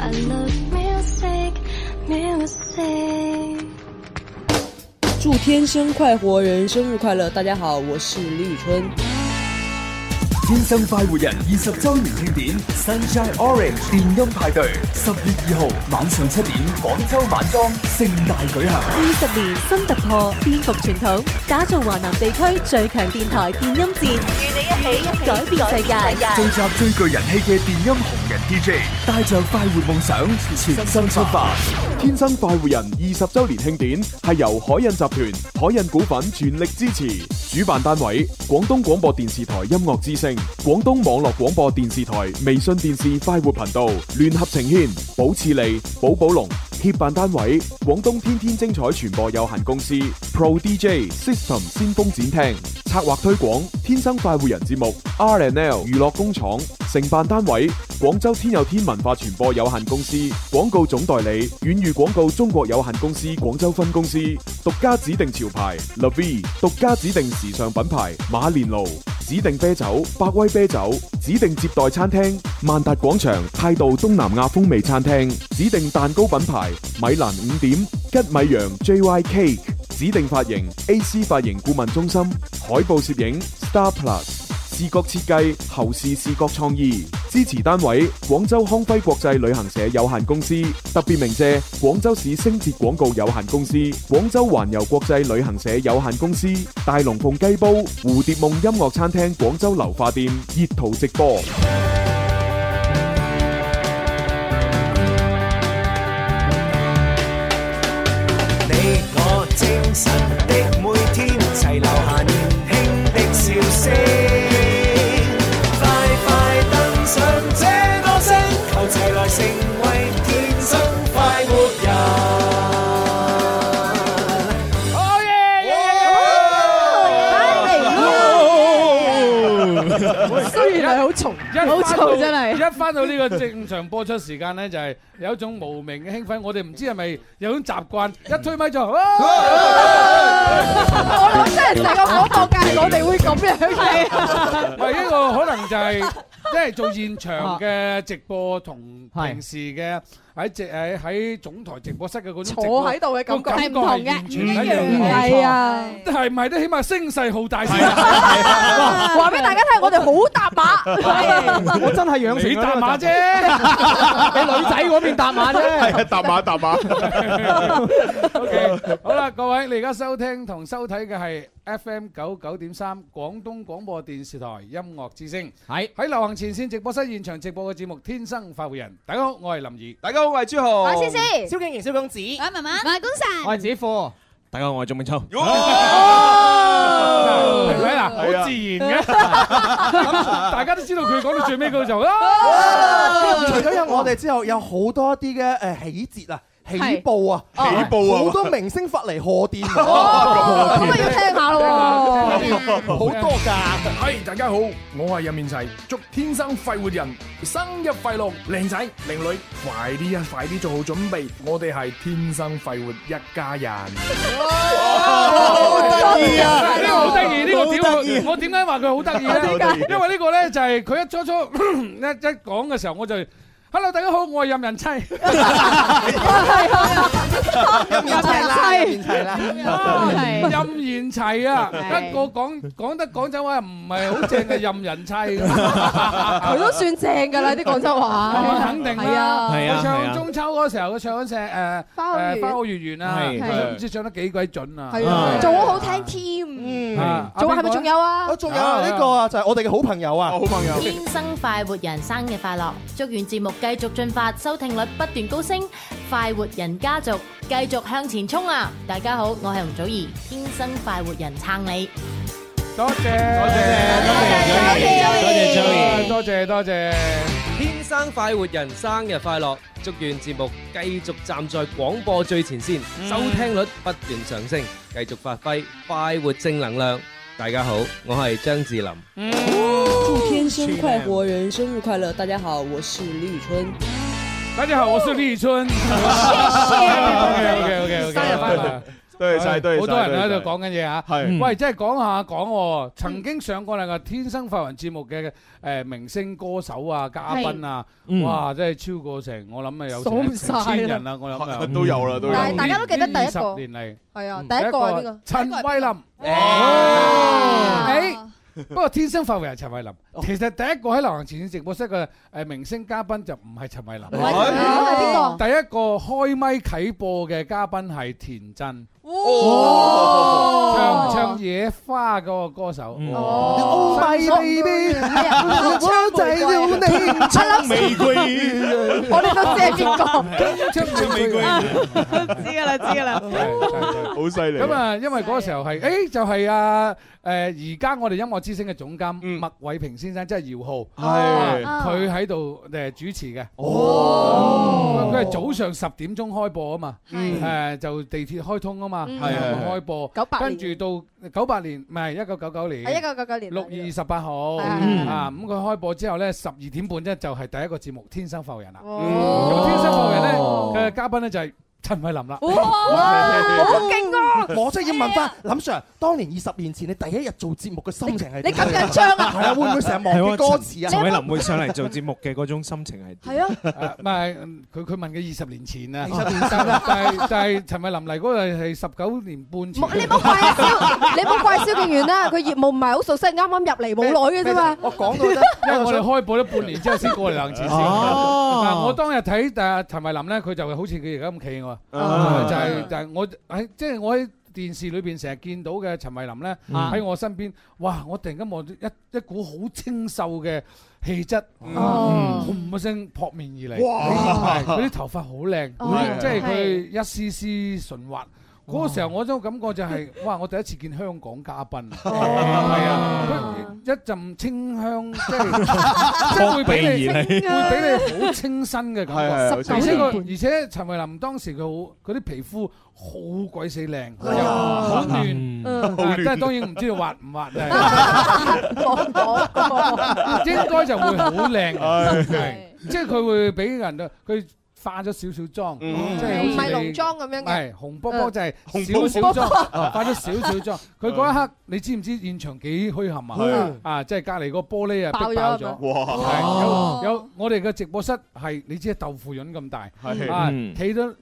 I love music, music。
祝天生快活人生日快乐！大家好，我是李宇春。
天生快活人二十周年庆典 Sunshine Orange 電音派對，十月二號晚上七點，廣州晚裝盛大舉行。
二十年新突破，顛覆傳統，打造華南地區最強電台電音節，與你一起改變世
聚
界。
集最具人氣嘅電音紅人 DJ，帶着快活夢想，全身出發。
天生快活人二十周年慶典係由海印集團、海印股份全力支持，主辦單位廣東廣播電視台音樂之聲、廣東網絡廣播電視台微信電視快活頻道聯合呈獻，寶次利、寶寶龍。協辦單位：廣東天天精彩傳播有限公司、Pro DJ System 先鋒展廳，策劃推廣《天生快活人》節目、R N L 娛樂工廠，承辦單位：廣州天有天文化傳播有限公司，廣告總代理：遠譽廣告中國有限公司廣州分公司，獨家指定潮牌 l a v i 獨家指定時尚品牌馬連奴。指定啤酒百威啤酒，指定接待餐廳萬達廣場態度東南亞風味餐廳，指定蛋糕品牌米蘭五點吉米羊 JY Cake，指定髮型 AC 髮型顧問中心，海報攝影 Star Plus。視覺設計、後視視覺創意，支持單位廣州康輝國際旅行社有限公司，特別鳴謝廣州市星捷廣告有限公司、廣州環遊國際旅行社有限公司、大龍鳳雞煲、蝴蝶夢音樂餐廳廣州流化店熱圖直播。
你我精神的每天，齊留下年輕
雖然係好嘈，
一翻到-
好嘈真係。
我諗真係成個廣播界係我哋會咁樣。
係。
坐喺度嘅感覺。
係唔同
係
嘅，
完全唔一樣嘅。
唔一樣嘅。
係啊。
哇，話俾大家聽，我哋好搭馬。
我真係養成咗呢個習慣。
你搭馬啫。
你女仔嗰邊搭馬啫。
好啦，各位，你而家收聽同收睇嘅係 FM 99.3廣東廣播電視台音樂之聲。喺流行前線直播室現場直播嘅節目《天生快活人》。大家好，我係林怡。
我係思思。
蕭敬仁、蕭公子。
我係子富。
大家好，我係鍾明秋。
係咪啊？
係啊。
好自然嘅。 大家都知道佢講到最尾嗰個就，
除咗有我哋之後，有好多一啲嘅誒喜節啊。起步啊！
係起步啊
好多明星發嚟賀電啊，
哦
賀電
咁咪要聽下咯
聽下聽下好多 㗎。
系大家好，我系任面齐，祝天生快活人生日快乐，靓仔靓女，快啲啊，快啲做好准备，我哋系天生快活一家人。
呢個好得意，呢個點我- 我點解話佢好得意呢？
好得意。
因為呢個呢，就係佢一初初 一-一講嘅時候，我就，"Hello，大家好，我係任人妻。
係。
任賢齊啊，
係。
一個講- 講得廣州話唔係好正嘅任人妻。
佢都算正㗎啦，啲廣州話。
哦，肯定啦。
係啊。
佢
係啊，
唱
係啊。
中秋嗰時候，佢唱嗰隻，誒，
花好月。
誒，花好月圓啊，
係。
佢唔知唱得幾鬼準啊。
係啊，做好好聽添。
啊，
仲有
阿
係咪
邊個啊？
仲有啊？
仲有啊呢個啊，就係我哋嘅好朋友啊，好朋
天生快活人生日快樂！祝願節目繼續進發，收聽率不斷高升，快活人家族繼續向前衝啊！大家好，我係容祖兒，天生快活人撐你。
多謝，多謝，多謝，多謝，多謝，多謝。
天生快活人生日快樂！祝願節目繼續站在廣播最前線，收聽率不斷上升，繼續發揮快活正能量。大家好，我係張智霖。
祝天生快活人生日快樂！大家好，我是李宇春。
大家好，我是立春。謝
謝
OK，OK，OK，OK。生日快樂！
對晒對晒
好多人喺
對晒
度講緊嘢啊！
係
喂，真係講下講喎，曾經上過兩個《天生發人》節目嘅誒明星歌手啊、嘉賓啊，
係
哇！真係超過成我諗啊有
數唔
成
晒
成千人啦，我諗 啊
都有啦都有但係
大家都記得第一個
呢二十年嚟
Ờ,
係啊，
嗯
第一個係邊個？
陳慧琳。誒不過天生發圍係陳慧琳，其實第一個喺流行前線直播室嘅誒明星嘉賓就唔係陳慧琳，
係哦
第一個開咪啟播嘅嘉賓係田震，
哦
唱唱野花嗰個歌手。
哦
Oh my baby，我仔要
à.
你
唱玫瑰
à.
我哋都知係邊個
唱玫瑰，
知噶啦，知噶啦，好犀利。
咁啊，因為嗰時候係，誒就係啊誒，而家我哋音樂之星嘅總監麥偉平先生，即係姚浩，
係
啊佢喺度 à, 誒主持嘅。
哦
佢係早上十點鐘開播啊嘛，誒就地鐵開通啊嘛，
嗯
咁
係
開播，
98
跟住到九八年，唔係啊一九九九年，
係1999年
六月二十八號
嗯
啊，咁佢開播之後咧，十二點半咧就係第一個節目《天生浮人》啦。
哦
咁《天生浮人》咧嘅嘉賓咧就係陳慧琳啦。啊
我真係要問翻林 Sir，當年二十年前你第一日做節目嘅心情係點
你緊唔緊張啊
係啊，會唔會成
係
日忘
喎
記歌詞
陳
啊？
陳偉林會上嚟做節目嘅嗰種心情係點？
係啊，
誒唔係嗯佢佢問嘅二十年前啊，
20年前啊
但係但係陳慧琳嚟嗰個係十九年半前。你
冇你唔好怪蕭敬元啦，佢業務唔係好熟悉，啱啱入嚟冇耐嘅啫嘛。
因為我哋開播咗半年之後先過嚟冷戰先。
哦
嗱，我當日睇誒陳慧琳咧，佢就好似佢而家咁企我，
啊
就係就係我喺即係我喺。電視裏邊成日見到嘅陳慧琳咧，
嗯
喺我身邊，哇！我突然間望到一一股好清秀嘅氣質，嗯
哦
轟一聲撲面而嚟，
哇
係佢啲頭髮好靚
哦，
即係佢一絲絲順滑。嗰個時候我種感覺就 係，哇！我第一次見香港嘉賓，
哦
係啊，佢一陣清香即 係即係會俾你
撲鼻而嚟
會俾你好清新嘅感
係係好
覺，
清
而
新
且個而且陳慧琳當時佢好佢啲皮膚好鬼死靚，
哇
又好
嗯
嫩，
好
啊
嫩
但係當然唔知道滑唔滑啊。
冇冇冇冇
應該就會好靚。
係。
係，即係佢會俾人，佢化咗少少妝，即係好似你-
唔係濃妝咁樣嘅。
係，紅卜卜就係
紅卜 卜。
少少妝，化咗少少妝。佢嗰一刻，你知唔知現場幾虛冚啊？
係。
啊，即係隔離個玻璃啊，
爆咗
逼爆咗。
係咪？哇。
係，有-
哦。
有-我哋嘅直播室係，你知豆腐潤咁大，
係。
啊，
嗯。
企得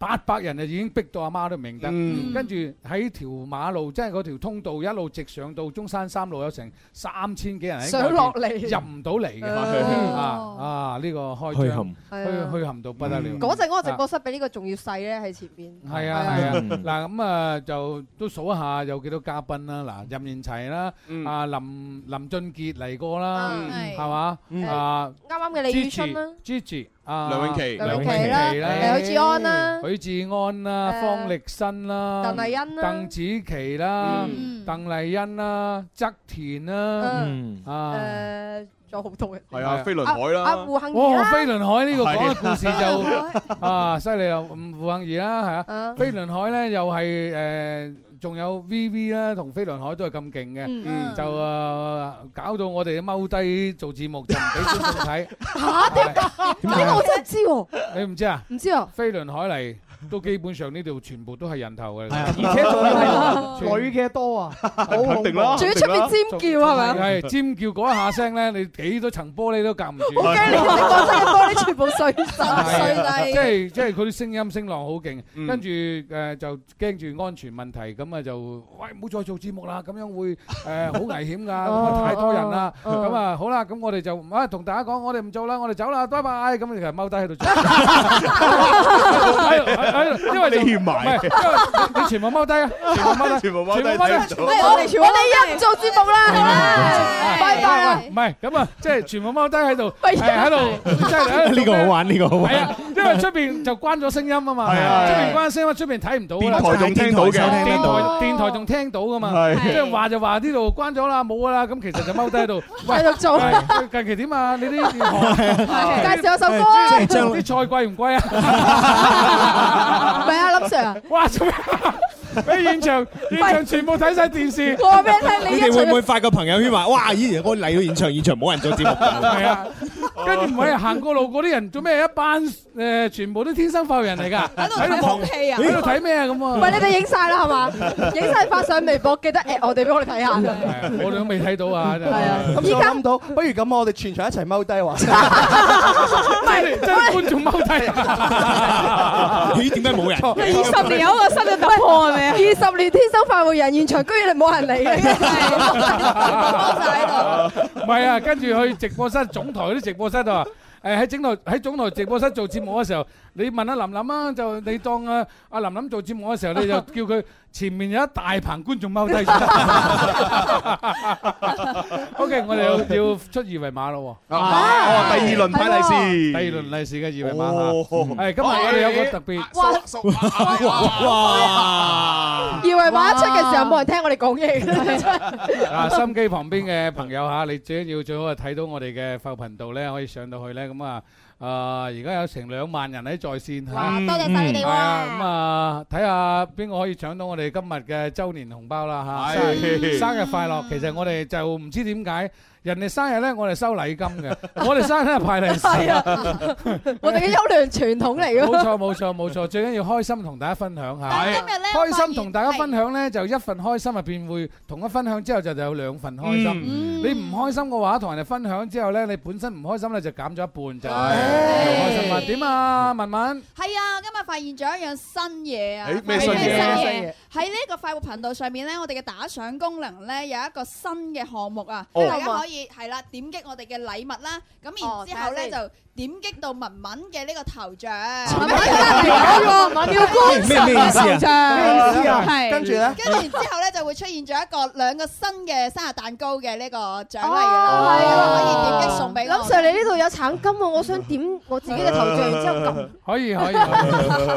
800人啊，已經逼到阿媽都唔認得。
嗯。
跟住喺條馬路，即係嗰條通道一路直上到中山三路，有成3000幾人喺
上
外邊，
落嚟。
入唔到嚟嘅。
哦。
À, 啊，啊，呢個開張，
虛冚。
虛-
係啊。
虛冚到不得了。
嗰陣
À,
嗰個直播室比呢個仲要細咧，喺前邊。
係
Ờ.
啊係啊，嗱咁啊就都數一下有幾多嘉賓啦，嗱任賢齊啦，啊林林俊傑嚟過啦，
係
係嘛
嗯
啊
啱啱嘅李宇春啦
Gigi- Gigi 啊
梁詠琪
梁詠琪啦誒許志安啦
許志安啦，
誒
方力申啦，
鄧麗欣啦
鄧紫棋啦，鄧麗欣啦，側田
Ờ.
啦，
Ừ.
啊。
誒，呃仲有好多嘅。
係啊飛輪海
啦
啊啊胡杏兒
哦，
啦。
飛輪海呢個講嘅故事
係
就啊犀利啊，嗯胡杏兒啦，係
啊
啊，飛輪海咧又係誒，仲有 V V 啦，同飛輪海都係咁勁
嗯
嘅，就啊搞到我哋踎低做節目就唔俾觀眾睇，
嚇點解？呢個我真係知喎。
你唔知啊？
唔知啊？
飛輪海嚟都基本上呢度全部都係人頭嘅，
而且仲要係
全
女嘅多啊，
肯定啦
仲要出邊尖叫係咪啊？
係尖叫嗰一下聲咧，你幾多層玻璃都隔唔住。
好驚你你講真嘅玻璃全部碎晒，
即係即係佢啲聲音聲浪好勁，
嗯
跟住誒就驚住安全問題，咁啊就喂唔好再做節目啦，咁樣會誒好危險㗎，咁啊太多人啦，
哦
咁啊好啦，咁我哋就啊同大家講，我哋唔做啦，我哋走啦，拜拜，咁你其實踎低喺度做，喺度喺度因為就
匿埋
唔係因為你你全部踎低啊，全部踎低，
全部踎低睇唔到
喂我哋我哋一唔做節目啦，好啦，拜拜啊！
唔係咁啊，即係全部踎低喺度，係喺度，即係
呢個好玩呢個好玩
係啊，因為出邊就關咗聲音啊嘛，
係啊
出邊關聲音，出邊睇唔到㗎啦
電台仲聽到嘅
電
聽到
台電台仲聽到噶嘛，
係
即係話就話呢度關咗啦，冇㗎啦，咁其實就踎低喺度，喂
繼續做
喂近期點啊？你啲
係介紹首歌啊
即係將啲菜貴唔貴啊？
唔係啊，林 Sir 啊，
哇！做咩？喺現場，現場全部睇晒電視。
我話俾你
你哋會唔會發個朋友圈話：哇！以前我嚟到現場，現場冇人做節目㗎。
係啊， 跟住唔係行過路嗰啲人做咩？一班誒全部都天生發育 人嚟㗎，喺
睇空氣啊
喺度睇咩啊咁啊？
唔係你哋影晒啦係 嘛？影晒發上微博，記得 at 我哋俾我哋睇下。
我哋都未睇到啊！真係
咁所以我諗到，不如咁，我哋全場一齊踎低話。
唔係真係觀眾踎低 啊！
咦？點解冇人？
二十年有一個新嘅突破係咪啊？二十年天生快活人現場居然係冇人嚟嘅，
唔係啊，跟住去直播室、總台嗰啲直播室度啊。誒喺整台喺總台直播室做節目嘅時候，你問阿林琳啊，就你當啊阿林琳做節目嘅時候，你就叫佢前面有一大棚觀眾 踎低咗。OK，我哋要要出二維碼咯喎。
哦第二輪派利是
第二輪利是嘅二維碼
哦
嚇。係，今日我哋有個特別。
二維碼一出嘅時候冇人聽我哋講嘢。
啊，心機旁邊嘅朋友嚇，你最緊要最好係睇到我哋嘅埠頻道咧，可以上到去咧，咁啊，啊而家有成兩萬人喺在線嚇，
哇多謝晒你哋
係啊，咁啊睇下邊個可以搶到我哋今日嘅周年紅包啦嚇，生日
係
生日快樂！其實我哋就唔知點解。人哋生日咧，我哋收禮金嘅；我哋生日咧派利 是。
係我哋嘅優良 傳統嚟㗎
冇錯冇錯冇錯，最緊要開心同大家分享下。
但係今
日咧
開心同大家分享咧，就一份開心入邊會同一分享之後就就有兩份開心。你唔開心嘅話，同人哋分享之後咧，你本身唔開心咧就減咗一半就。開心啊？點啊，文文？
係啊，今日發現咗一樣新嘢啊！
誒咩新嘢
係
咩新嘢
喺呢個快活頻道上面咧，我哋嘅打賞功能咧有一個新嘅項目啊，
哦
大家可以係啦點擊我哋嘅禮物啦，咁然之後咧就點擊到文文嘅呢個頭像。文文
要官神嘅 形象
係
跟住咧
跟住然之後咧就會出現咗一個兩個新嘅生日蛋糕嘅呢個獎勵㗎
哦
Ờ.
啦，係啊可以點擊送俾我。
林 Sir，你呢度有橙金啊，我想點點我自己嘅頭像，然之後撳。
可以可以，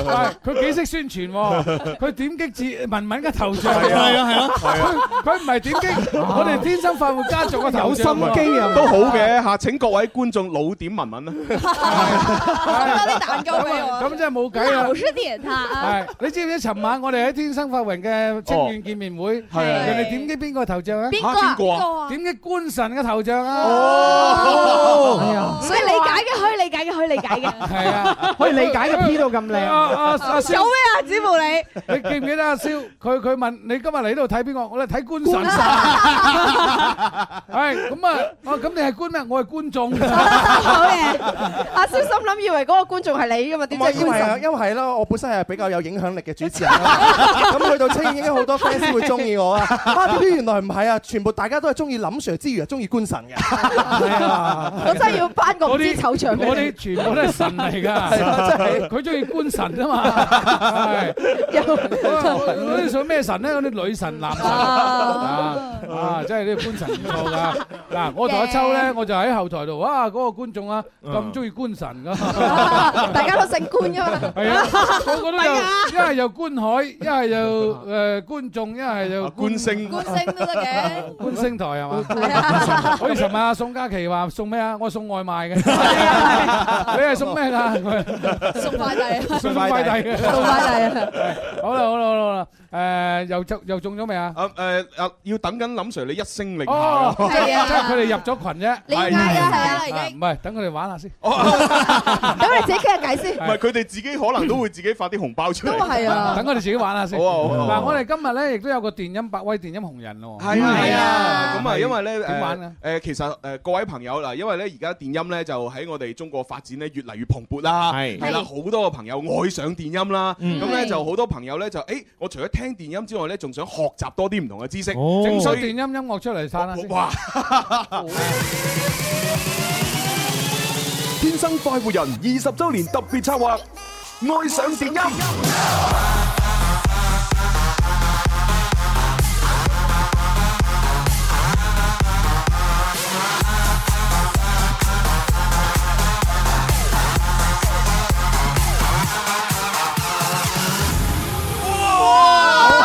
係佢幾識宣傳喎！佢點擊自文文嘅頭像，
係啊係啊係啊
佢佢唔係點擊我哋天生快活家族嘅頭像喎，
都好嘅嚇。請各位觀眾老點文文啦。
咁真係冇計啦。
點
係，你知唔知尋晚我哋喺天生發榮嘅職員見面會，
係啊
人哋點擊邊個頭像啊？
邊個啊嚇邊個啊邊個？
點擊官神嘅頭像啊！
哦
哎呀
所以理解
嘅可以理解嘅可以理解 嘅。
係啊，
可以理解嘅 P 到咁靚
啊啊啊！蕭
有咩啊子富你？
你記唔記得阿蕭？佢佢問你今日嚟呢度睇邊個？我哋睇官神。
官神
係咁啊！哦，咁你係官咩？我係觀眾。
好嘢！阿蕭心諗以為嗰個觀眾係你噶嘛？點知係
因為
觀
啊
眾？
因為係咯，我本身係比較有影響力嘅主持人啦。咁去到青影已經好多 fans 會中意我啊！啊，點知原來唔係啊，全部大家都係中意林 Sir 之餘，係中意官神嘅。
啊
我真係要頒個唔知醜獎俾你
我哋全部都係神 嚟
係啊真
㗎，
係
佢中意官神啊嘛。 係我哋想咩神咧？嗰啲女神、男神啊
啊
啊！真係呢個官神唔錯㗎。嗱，我同阿秋咧，我就喺後台度，哇！嗰個觀眾啊，咁中意官神 㗎。
大家都姓官 噶嘛？
係啊，我覺得就一係又觀海，一係又誒觀眾，一係又啊觀星，
觀星都得嘅，
觀星台係嘛？好似尋日阿宋嘉琪話送咩啊？我送外 賣嘅，你係送咩㗎？
送快遞
送快遞嘅，
送快遞
啊！好啦好啦好啦，誒又中又中咗未啊？
啊誒啊！要等緊林 Sir 你一聲令下
哦，即係
係
即係佢哋入咗群啫。
你嗌啊係啊
係啊，唔係等佢哋玩下先。
咁你自己傾下偈先
唔。係佢哋自己可能都會自己發啲紅包出嚟。
都係啊
等我哋自己玩下先。
好啊好啊好啊
嗱，我哋今日咧亦都有個電音百威電音紅人咯。
係啊係啊，咁啊，因為咧
點玩
誒
啊？
誒，其實誒各位朋友嗱，因為咧而家電音咧就喺我哋中國發展咧越嚟越蓬勃啦，
係
係啦，
係
好多個朋友愛上電音啦，
嗯
咁咧
係
就好多朋友咧就誒，我除咗聽電音之外咧，仲想學習多啲唔同嘅知識，
整首
所
電
以
音音樂出嚟散啦先。
哇！
天生快活人二十周年特別策劃，愛上電音。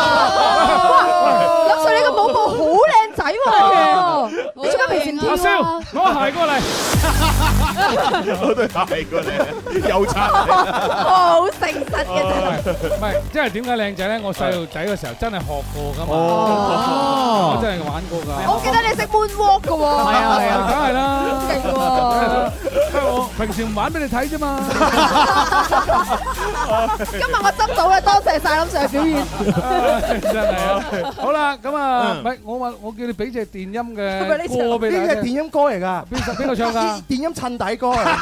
哇！林 Sir 你個舞步好靚仔喎，你做咩平時
阿
跳
蕭
啊？，
我行過嚟。
我都係過嚟，有差。
好誠實嘅真係。
唔係，即係點解靚仔咧？我細路仔嘅時候真係學過噶嘛，
哦
我真係玩過㗎。
我記得你識 moonwalk 嘅喎。
係啊係啊，梗係啦，
勁喎！
因為 我平時唔玩俾你睇啫嘛。
今日我執到啦，多謝晒林 Sir 嘅表演。
真係啊！好啦，咁啊，
嗯
唔係我話我叫你俾隻電音嘅歌俾
呢
大
隻
家
電
聽。
音歌嚟㗎，
邊首邊個唱㗎？
電音襯底歌 啊！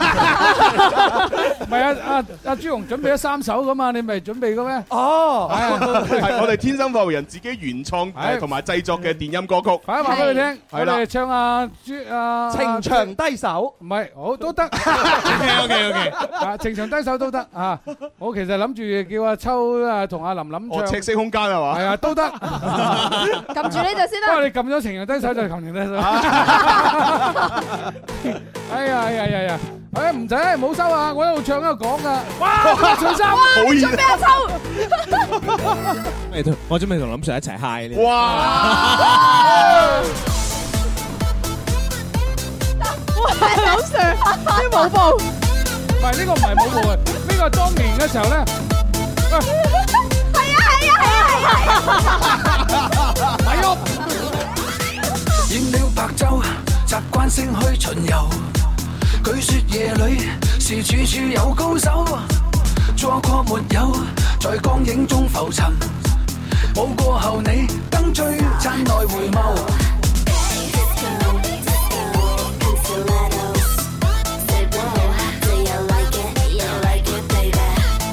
唔係啊啊啊！朱紅準備咗三首㗎嘛，你咪準備嘅咩？
哦，
係我哋天生快活人自己原創
係
誒同埋製作嘅電音歌曲，
快啲話俾佢聽，
係
我
啦
哋。唱啊朱啊
情
長低手，
唔係好都得。
OK，OK，OK
啊，情長低手都得啊！我其實諗住叫阿秋啊同阿林林唱。
哦，赤色空間係嘛？
係啊，都得。
撳住呢隻先
不過
啦。
你撳咗情人低手就係情人低手。哎呀哎呀哎呀！哎唔使，唔好收啊！我一路唱一路講噶。哇！除衫，
哇
好
你
嘢
準備我抽。
我準備同林 Sir 一齊 high 呢。
喂，林 Sir 啲舞步。
唔係呢個唔係舞步啊，呢個係當年嘅時候咧。
係啊係啊係啊係啊！
咪喐！
染了白昼，习惯性去巡游。据说夜里是处处有高手，錯過沒有，在光影中浮沉。舞過後你燈璀璨內回眸。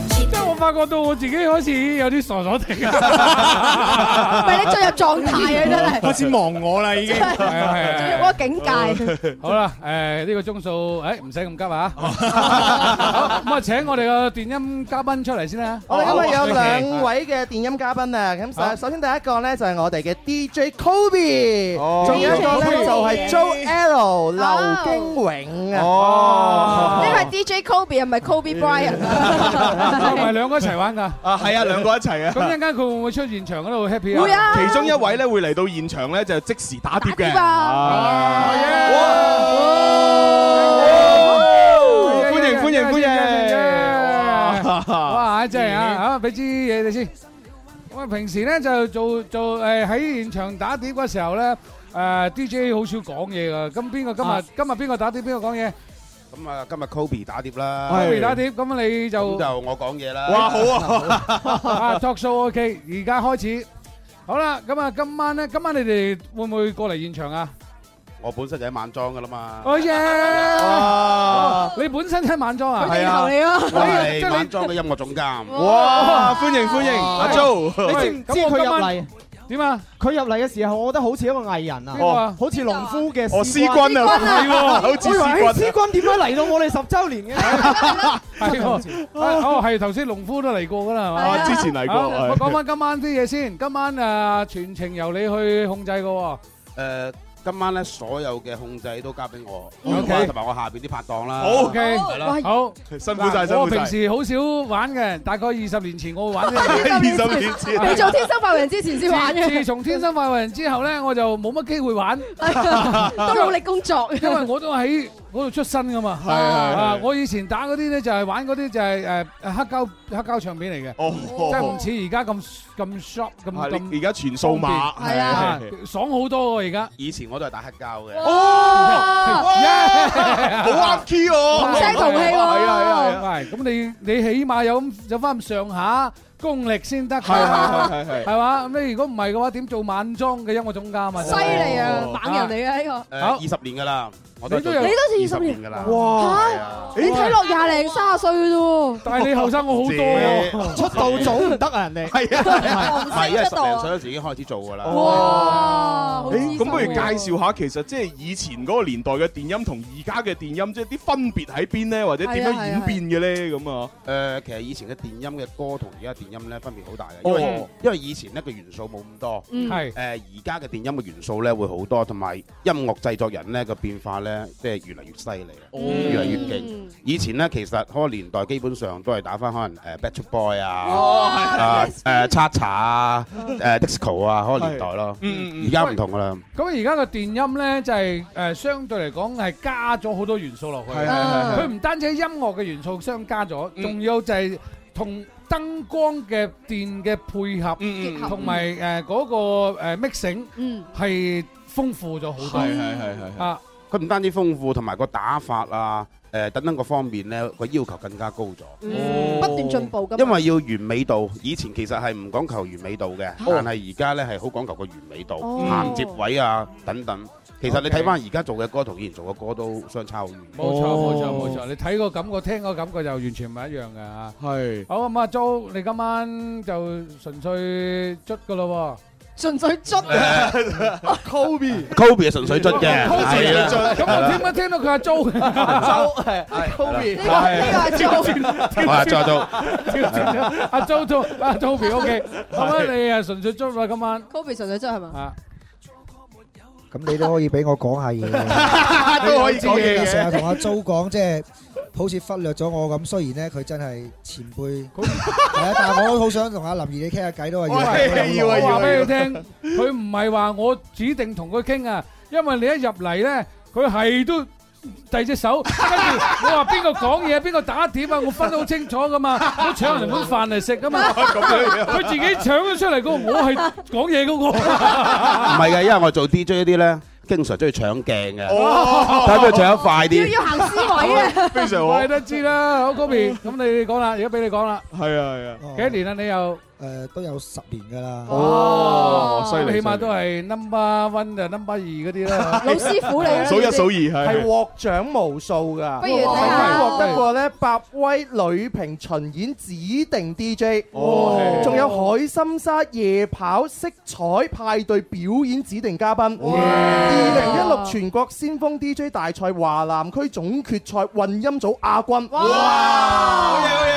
即係我發覺覺到我自己開始有啲傻傻地
唔係你進入狀態啊，真係
開始忘我啦已
經真係
係啊係
進
啊，
入嗰個境界。
好啦，誒呢個鐘數，誒唔使咁急啊！好咁啊，請我哋嘅電音嘉賓出嚟先啦。
我哋今
Ờ,
日有兩位嘅電音嘉賓啊，咁首首先第一個咧就係我哋嘅 DJ Kobe，仲有一個咧就係 Joe Arrow 劉經榮啊。
呢個係 DJ Kobe，唔係 Kobe Bryant
Ờ,
啊。
唔係兩個一齊玩㗎。
啊，係啊，兩個一齊啊。
咁一陣間佢會唔會出現場嗰度 happy à? 啊？
會啊
其中一位咧會嚟到現場咧就即時打碟嘅。
啊
哇歡迎歡迎歡迎！
哇！真係啊，啊俾支嘢你先。喂，平時咧就做做誒喺現場打碟嗰時候咧，誒 À, DJ 好少講嘢㗎。咁邊個今日今日邊個打碟邊個講嘢？
咁啊，今日 Kobe 打碟啦
，Kobe 打碟，咁你就
咁就我講嘢啦。
哇，好啊！啊，talk À, show OK，而家開始。好啦，咁啊，今晚咧，今晚你哋會唔會過嚟現場啊？
我本身就喺晚裝噶啦嘛。
哦耶！Dạ. 哦你本身喺晚裝啊？
係啊，我
哎呀
係晚裝嘅音樂總監。
哇歡迎歡迎阿 Jo 你知唔知佢入嚟
點啊？
佢入嚟嘅時候，我覺得好似一個藝人啊
邊個啊，
好似農夫嘅
哦
詩
詩君 啊
係
係喎好似詩君啊
我以為詩君點解嚟到我哋十週年嘅？
係喎，哦係頭先農夫都嚟過噶啦，係嘛？
啊之前嚟過
好
係
我講翻今晚啲嘢先，今晚誒全程由你去控制嘅喎。
誒，今晚咧所有嘅控制都交俾我，
OK
同埋我下邊啲拍檔啦。
啊 OK，
係啦
好，
辛苦晒，
嗱
辛
我
苦晒。
平時好少玩嘅，大概二十年前我 玩嘅。
二
十年前
你做天生快活人之前先玩嘅
自自從天生快活人之後咧，我就冇乜機會玩，
都努力工作
因為我都喺嗰度出身噶嘛。
係係係
啊，我以前打嗰啲咧就係玩嗰啲就係誒黑膠黑膠唱片嚟嘅，即係唔似而家咁咁 shop 咁
係
咁。
你而家全數碼
方便係啊
係
爽好多喎而家。
以前我都係打黑膠嘅。
好啱 key 喎，
係
係啊係啊
啊
係啊。
係咁你你起碼有咁有翻咁上下功力先得㗎，
係係係係
係嘛？咁你如果唔係嘅話，點做晚裝嘅音樂總監啊？
犀利啊，
À.
猛人嚟嘅呢
誒，二十年噶啦，我都
你都
做
有
你都
20
做
年噶啦。
個。嚇！你睇落廿零三十歲嘅啫喎。
但係你後生我好多
謝
喎，
出道早唔得
啊！人哋
係啊，唔係因為
出
十
道
零歲嗰時已經開始做㗎啦。
哇
誒咁不如介紹下，其實即係以前嗰個年代嘅電音同而家嘅電音，即係啲分別喺邊咧，或者點樣演變嘅咧？咁啊，
誒，其實以前嘅電音嘅歌同而家嘅電音咧分別好大嘅，因為
哦
因為以前呢個元素冇咁多，
嗯
誒
係
而家嘅電音嘅元素咧會好多，同埋音樂製作人咧嘅變化咧，即係越嚟越犀利啦，
哦
越嚟越
嗯
勁。以前咧其實嗰個年代基本上都係打翻可能誒 Backstreet Boy 啊，
哦係哦
啊誒 Cha Cha 啊，誒 Disco 啊嗰個年代咯，
嗯嗯
而家唔同㗎啦。
咁而家嘅電音咧就係誒相對嚟講係加咗好多元素落去，
係係係係
佢唔單止喺音樂嘅元素相加咗，仲有就係同燈光嘅電嘅配
嗯
合，同埋誒嗰個誒 mixing 係豐富咗好多。
係係係係
啊！
佢唔單止豐富，同埋個打法啊，誒等等各方面咧，個要求更加高咗。
不斷進步㗎嘛。
因為要完美度，以前其實係唔講求完美度嘅，但係而家咧係好講求個完美度、
哦
銜接位啊等等。其實你
OK
睇翻而家做嘅歌同以前做嘅歌都相差好遠。
冇錯冇錯冇錯，你睇個感覺、聽個感覺就完全唔係一樣嘅嚇。係。好咁啊，Jo，你今晚就純粹捽噶咯
喎。純粹捽
Kobe。
Kobe 係純粹捽嘅，
Kobe
係啦
咁我點解聽到佢阿 Jo？阿 Jo 係
Kobe 呢個呢
Dạ.
個阿 Jo 我阿 Jo 都
阿 Jo 都阿 Toby À, OK。咁啊，你啊純粹捽啦今晚。
Kobe 純粹捽係嘛？
啊，
咁你都可以俾我講下嘢 嘅，
都可以講嘢嘅
成日同阿 Jo 講，即係好似忽略咗我咁。雖然咧佢真係前輩，係啊，但係我都好想同阿林兒你傾下偈都係。
我話俾你聽，佢唔係話我指定同佢傾啊，因為你一入嚟咧，佢係都遞隻手，跟住我話邊個講嘢，邊個打碟啊，我分得好清楚噶嘛，我搶人碗飯嚟食噶嘛，
咁樣
佢自己搶咗出嚟嗰個，我係講嘢嗰個。
唔係嘅，因為我做 DJ 嗰啲咧，
經常中意搶鏡嘅，
哦
睇下邊個搶得快啲。
要行思維啊。
非常好。
我係得知啦，好，Kobe，咁你講啦，而家俾你講啦。幾多年啊，你又？
哦，犀利，
起碼都係number one就number二嗰啲 啦。
老師傅嚟啦，
數一數二，係。
係獲獎無數㗎。
不如睇下。
曾經獲得過呢，百威女評巡演指定 DJ，
哦。
仲有海心沙夜跑色彩派對表演指定嘉賓，2016全國先鋒 DJ 大賽華南區總決賽混音組亞軍。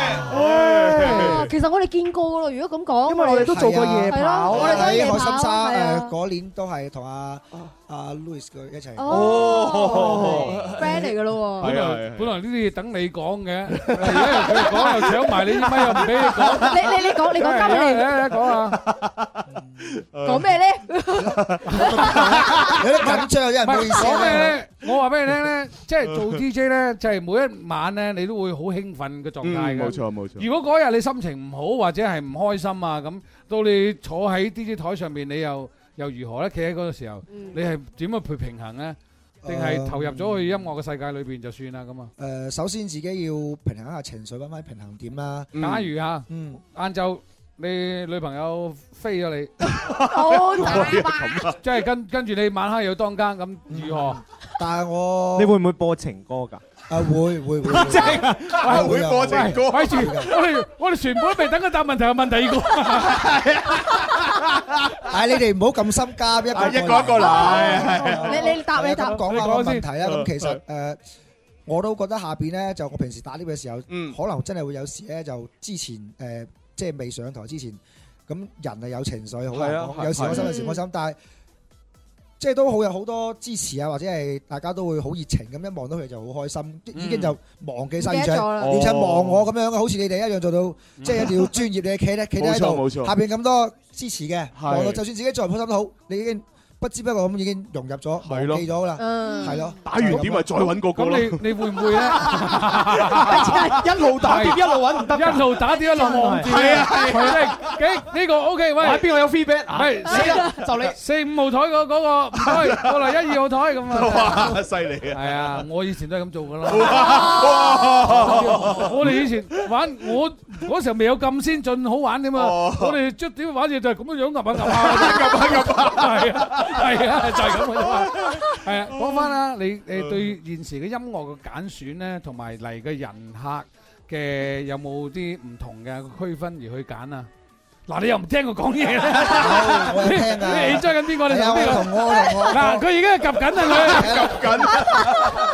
啊其實我哋見過噶咯，如果咁講，因
為我哋都做過夜
à.
跑
咯，我哋都
喺
夜跑
海心沙
係啊
誒嗰年都係同阿阿 Louis 佢一齊。
哦
friend 嚟噶咯喎。
本來-本來呢啲嘢等你講嘅， 而家又佢講，又搶埋你啲咪，又唔俾你講。
你你你講，你講交俾你。
嚟，嚟，嚟，講啊。
講咩咧？
有啲緊張，有啲人唔好意思啊。
講咩咧？我話俾你聽咧，即係做 DJ 咧，就係每一晚咧，你都會好興奮嘅狀態嘅。
嗯冇錯冇錯
如果嗰日你心情唔好或者係唔開心啊，咁到你坐喺 DJ 台上面，你又又如何咧？企喺嗰個時候，你係點樣去平衡咧？定係投入咗去音樂嘅世界裏邊就算啦咁啊？
誒，首先自己要平衡一下情緒，揾翻平衡點啦。
假如啊，
嗯
晏晝你女朋友飛咗你，
好
即係跟跟住你晚黑又當更咁，如何？
但係我
你會唔會播情歌㗎？
啊會會 會，
即係
啊會啊會啊
喂住，我哋我哋全部都未等佢答問題，又問第二個。
但係你哋唔好咁心急，
À,
一個
啊一個一個嚟
Ờ, 嚟。
你你答你答
咁講下
你講
個
先
問題啦。咁其實誒，我都覺得下邊咧，就我平時打 lift 嘅時候，可能真係會有時咧，就之前誒，即係未上台之前，咁人係有情緒，好
係
難
啊
講
係
有時開心，有時唔開心，但係。即係都好有好多支持啊，或者係大家都會好熱情咁，一望到佢就好開心，已經就忘記晒，
唔記
而且
得咗啦
而且望我咁樣嘅，好似你哋一樣做到，即係一定要專業，你企咧企得喺
冇錯
度，
冇錯
下邊咁多支持嘅，望到就算自己再唔開心都好，你已經不知不覺咁已經融入咗，
係咯
忘記咗啦，
嗯
係咯，
打完點咪再揾個個咯。
咁你你會唔會咧？
一路打碟一路揾唔得㗎
一路打碟一路望住。
係啊係啊
係啊，呢個 OK，喂，
喂邊個有 feedback 啊
喂，
死啦就你
四五號台嗰嗰個唔該，過嚟一二號台咁啊！
哇，犀利啊！
係啊，我以前都係咁做噶啦。
哇
我哋以前玩，我嗰時候未有咁先進好玩添嘛。我哋捽碟玩嘢就係咁樣樣揼下揼下，
揼下
揼下，係啊，係啊，就係咁嘅啫嘛。係
Ừ.
啊，講翻啦，你誒對現時嘅音樂嘅揀選咧，同埋嚟嘅人客嘅有冇啲唔同嘅區分而去揀啊？嗱，你又唔聽我講嘢 咧？
我有聽啊
你你追緊邊個？你
係啊
邊個
我同我同我
嗱，佢而家係及緊啊，佢
及緊。
係嗱，我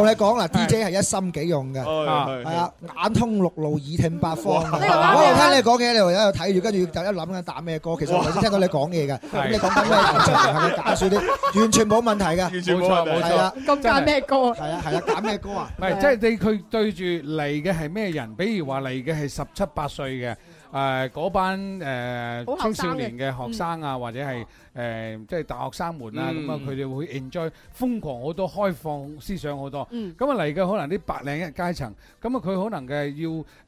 同你講啦，DJ 係一心幾用嘅，
係係
係啊，眼通六路，耳聽八方
哇
嘅。我聽你講嘢，你又喺度睇住，跟住就一諗緊打咩歌。其實我頭先聽到你講嘢嘅，咁你講緊咩原則同埋嘅假説啲，完全冇問題嘅。完
全冇問題
係啊，
咁揀咩
歌？係啊係啊，揀咩歌啊？
唔係，即係你佢對住嚟嘅係咩人？比如話嚟嘅係十七八歲嘅，誒嗰班
好
誒
後生
青少
嘅
年嘅學生啊，或者係誒即係大學生們啦，
嗯
咁啊佢哋會 enjoy 瘋狂好多，開放思想好多。
嗯
咁啊嚟嘅可能啲白領嘅階層，咁啊佢可能嘅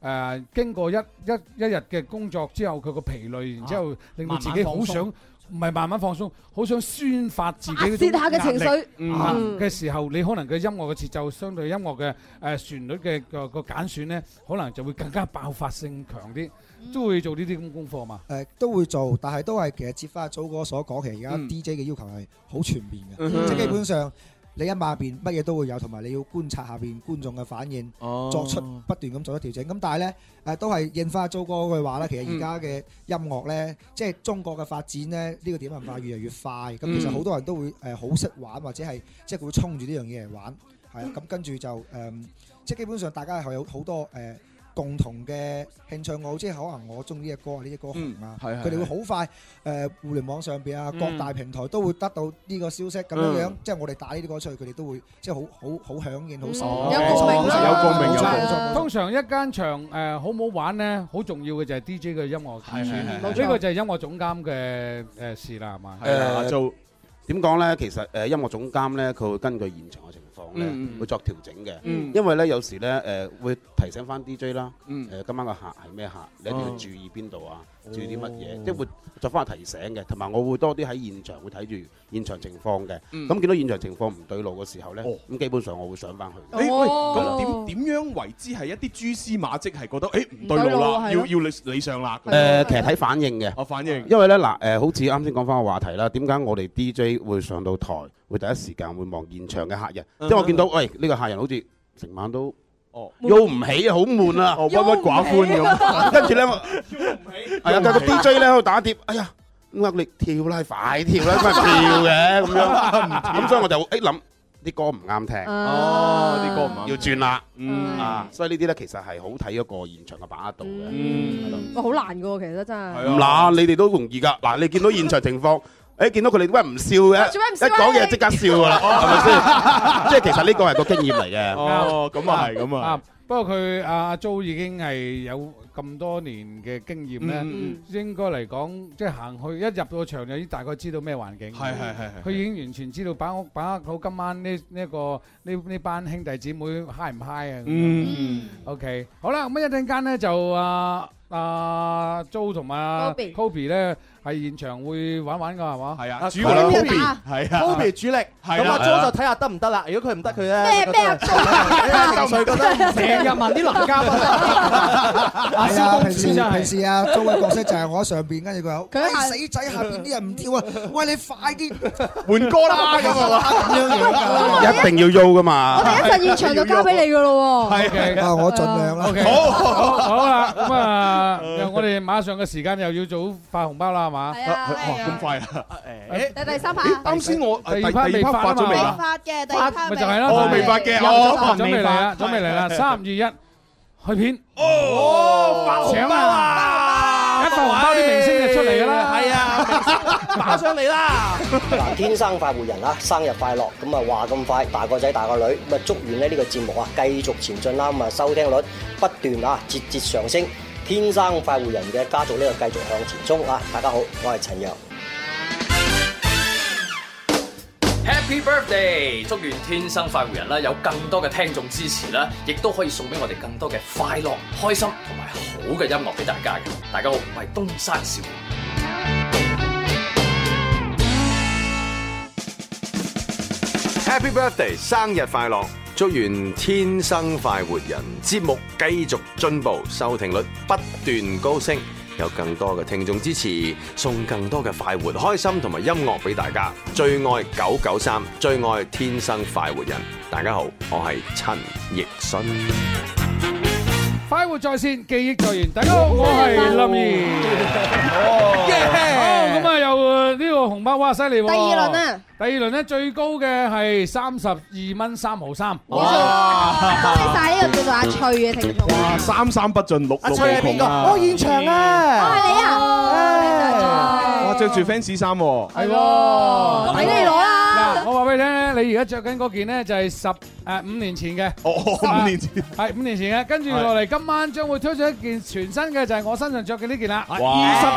要誒經過一一一日嘅工作之後，佢個疲累，然之後令到自己好
慢慢放
想
鬆。
唔係慢慢放鬆，好想宣發自己嗰種
發泄下嘅情緒
壓力
嗯
啊嘅時候，你可能嘅音樂嘅節奏，相對音樂嘅誒旋律嘅個個揀選咧，可能就會更加爆發性強啲，都會做呢啲咁功課嘛。
誒都會做，但係都係其實接翻阿祖哥所講，其實而家
嗯
DJ 嘅要求係好全面
嗯
嘅，
哼
即係基本上你一萬遍乜嘢都會有，同埋你要觀察下邊觀眾嘅反應，
哦
作出不斷咁做出調整。咁但係咧誒都係應翻阿祖哥嗰句話啦，其實而
嗯
家嘅音樂咧，即係中國嘅發展咧，呢個點文化越嚟越快，咁其實
嗯
好多人都會誒好識玩，或者係即係佢會衝住呢樣嘢嚟玩，係啊，咁跟住就誒即係基本上大家係有好多誒。共同嘅興趣愛好，即係可能我中意呢只歌啊，呢只歌紅啊，
嗯係係
佢哋會好快誒互聯網上邊啊，
嗯
各大平台都會得到呢個消息咁樣樣
嗯，
即係我哋打呢啲歌出去，佢哋都會即係好好好響應，好受
哦
好受好受冇錯冇錯
通常一間場誒好唔好玩咧，好重要嘅就係 DJ 嘅音樂揀
係
選，
係
呢
係
個就係音樂總監嘅誒事啦，係嘛？
誒點講咧？其實誒音樂總監咧，佢會根據現場嘅情況。
況咧
嗯嗯，
會作調整嘅
嗯。
因為咧有時咧誒會提醒翻 DJ 啦，
嗯
誒今晚個客係咩客，你一定要注意邊度啊，注意啲乜
哦
嘢，即係會作翻個提醒嘅。同埋我會多啲喺現場會睇住現場情況嘅。
嗯哦
咁見到現場情況唔對路嘅時候咧，咁基本上我會上翻去嘅。
喂，
係啦
咁點點樣為之係一啲蛛絲馬跡係覺得誒唔對
唔
路啦，
對路
要
啊係咯
要你你上啦？咁樣
誒，其實睇反應嘅。
我反應
因為咧嗱，誒好似啱先講翻個話題啦，點解我哋 DJ 會上到台，會第一時間會望現場嘅客人？
嗯
即係我見到，喂呢個客人好似成晚都
哦
喐唔起啊，好悶啊，
哦鬱鬱寡歡 咁
跟 住咧，我係啊，但係個 DJ 咧喺度打碟，哎呀〜壓力跳啦，快跳啦，咁咪跳嘅 咁樣，咁所以我就誒諗啲歌唔啱聽，
哦啲歌唔啱
要轉啦，
嗯
啊，所以呢啲咧其實係好睇嗰個現場嘅把握度嘅，係咯。
哇，好難噶喎，其實真係。
唔嗱，你哋都容易㗎。嗱，你見到現場情況，誒見到佢哋點解唔笑嘅？
做咩唔笑啊
一講嘢即刻笑㗎啦，係咪先？即係其實呢個係個經驗嚟嘅。
Ờ,
哦咁啊係咁啊
啊。不過佢阿阿 Jo 已經係有咁多年嘅經驗咧
嗯，
應該嚟講，即係行去一入到場就已經大概知道咩環境。
係係係係
佢已經完全知道把握把握好今晚呢呢一個呢呢班兄弟姊妹 high 唔 high 啊。
嗯。
à. OK，好啦，咁一陣間咧就啊啊 Jo 同埋啊
Kobe
Kobe 咧係現場會玩玩㗎係嘛？係
啊
主
力 Kobe 係啊 Kobe 主力，
係啊
咁阿
係啊
Jo 就睇下得唔得啦。如果佢唔得，佢咧
咩咩啊
純粹覺得
成日問啲男嘉賓阿
係啊，
蕭公
平
子
時
真係
平時啊，租嘅角色就係我喺上邊，跟住佢話：
佢
喂
係
死仔，下邊啲人唔跳啊！喂你快啲
換歌啦咁啊
咁樣樣㗎
一定要喐㗎嘛。
我哋一陣現場就交俾你噶
Ờ,
咯喎。
à.
係
啊，我盡量啦。
OK，好，好啦，咁啊，我哋馬上嘅時間又要早發紅包啦，係嘛？
係啊係啊
咁
快啊！
第第三 part
咦
啊
啱先我
第二
第二 part
第二 part
發
發咗未啊？
發嘅第二 part
咪就係啦，
哦未發嘅哦
準備嚟啦，
未
準
發
備嚟啦，
係
三二一，開片，
哦，發
搶啊！一發紅包啲明星就出嚟㗎啦，係
啊，馬上嚟啦！
嗱，天生快活人啦，生日快樂！咁啊話咁快，大個仔大個女，咁啊祝願咧呢個節目啊繼續前進啦，咁啊收聽率不斷啊節節上升，天生快活人嘅家族呢度繼續向前衝啊！大家好，我係陳陽。
Happy birthday！祝願天生快活人啦，有更多嘅聽眾支持啦，亦都可以送俾我哋更多嘅快樂、開心同埋好嘅音樂俾大家嘅。大家好，我係東山少爺。
Happy birthday，生日快樂！祝願天生快活人節目繼續進步，收聽率不斷高升，有更多嘅聽眾支持，送更多嘅快活、開心同埋音樂俾大家。最愛九九三，最愛天生快活人。大家好，我係陳奕迅。
快活在線，記憶再現。大家好，我係林怡。好咁啊，又呃呢個紅包哇，犀利喎！
第二輪啊，
第二輪咧最高嘅係三十二蚊三毫三。
多謝晒呢個叫做阿翠嘅聽眾。
哇！三三不盡，六
阿
六無
翠係邊
窮
個
啊！
我現
場啊！
我係你啊！
哇！着住 fans 衫喎，
係喎，
俾你
攞啦
嗱，我話俾你聽咧，你而家着緊嗰件咧就係十誒五年前嘅，
哦五年前
係五年前嘅，跟住落嚟今晚將會推出一件全新嘅，就係我身上着嘅呢件啦，
二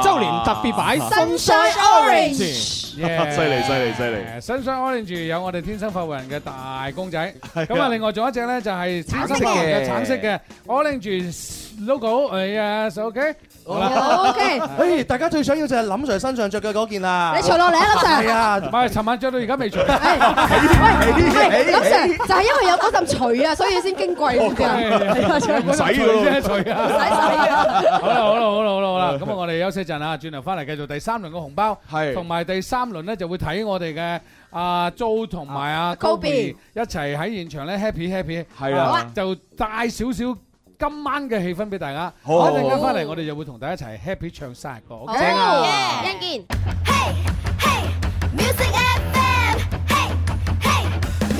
十周年特別擺
Sunshine Orange
犀
Yeah
犀利犀利犀利！
Sunshine Orange 有我哋天生快活人嘅大公仔，
啊
咁啊另外仲有一隻咧就係天生快活人嘅橙色嘅 Orange logo，哎呀，OK，好啦
OK，誒，大家最想要就係林 Sir 身上着嘅嗰件啦。
你除落嚟啊林 Sir
係啊，
唔係，尋晚着到而家未除。
係咁 Sir 就係因為有嗰陣除啊，所以先矜貴啲 啊。
唔使㗎咯除啫除啊
唔使洗啊。
好啦好啦好啦好啦好啦，咁啊我哋休息陣啊，轉頭翻嚟繼續第三輪嘅紅包，
係
同埋第三輪咧就會睇我哋嘅阿 Jo 同埋阿
Kobe
Kobe 一齊喺現場咧 happy happy，
係啊好啊
就帶少少。今晚嘅氣氛俾大家，一
好
陣間翻嚟，我哋就會同大家一齊 happy 唱生日歌
好，
，OK？
一見。
Music FM，嘿嘿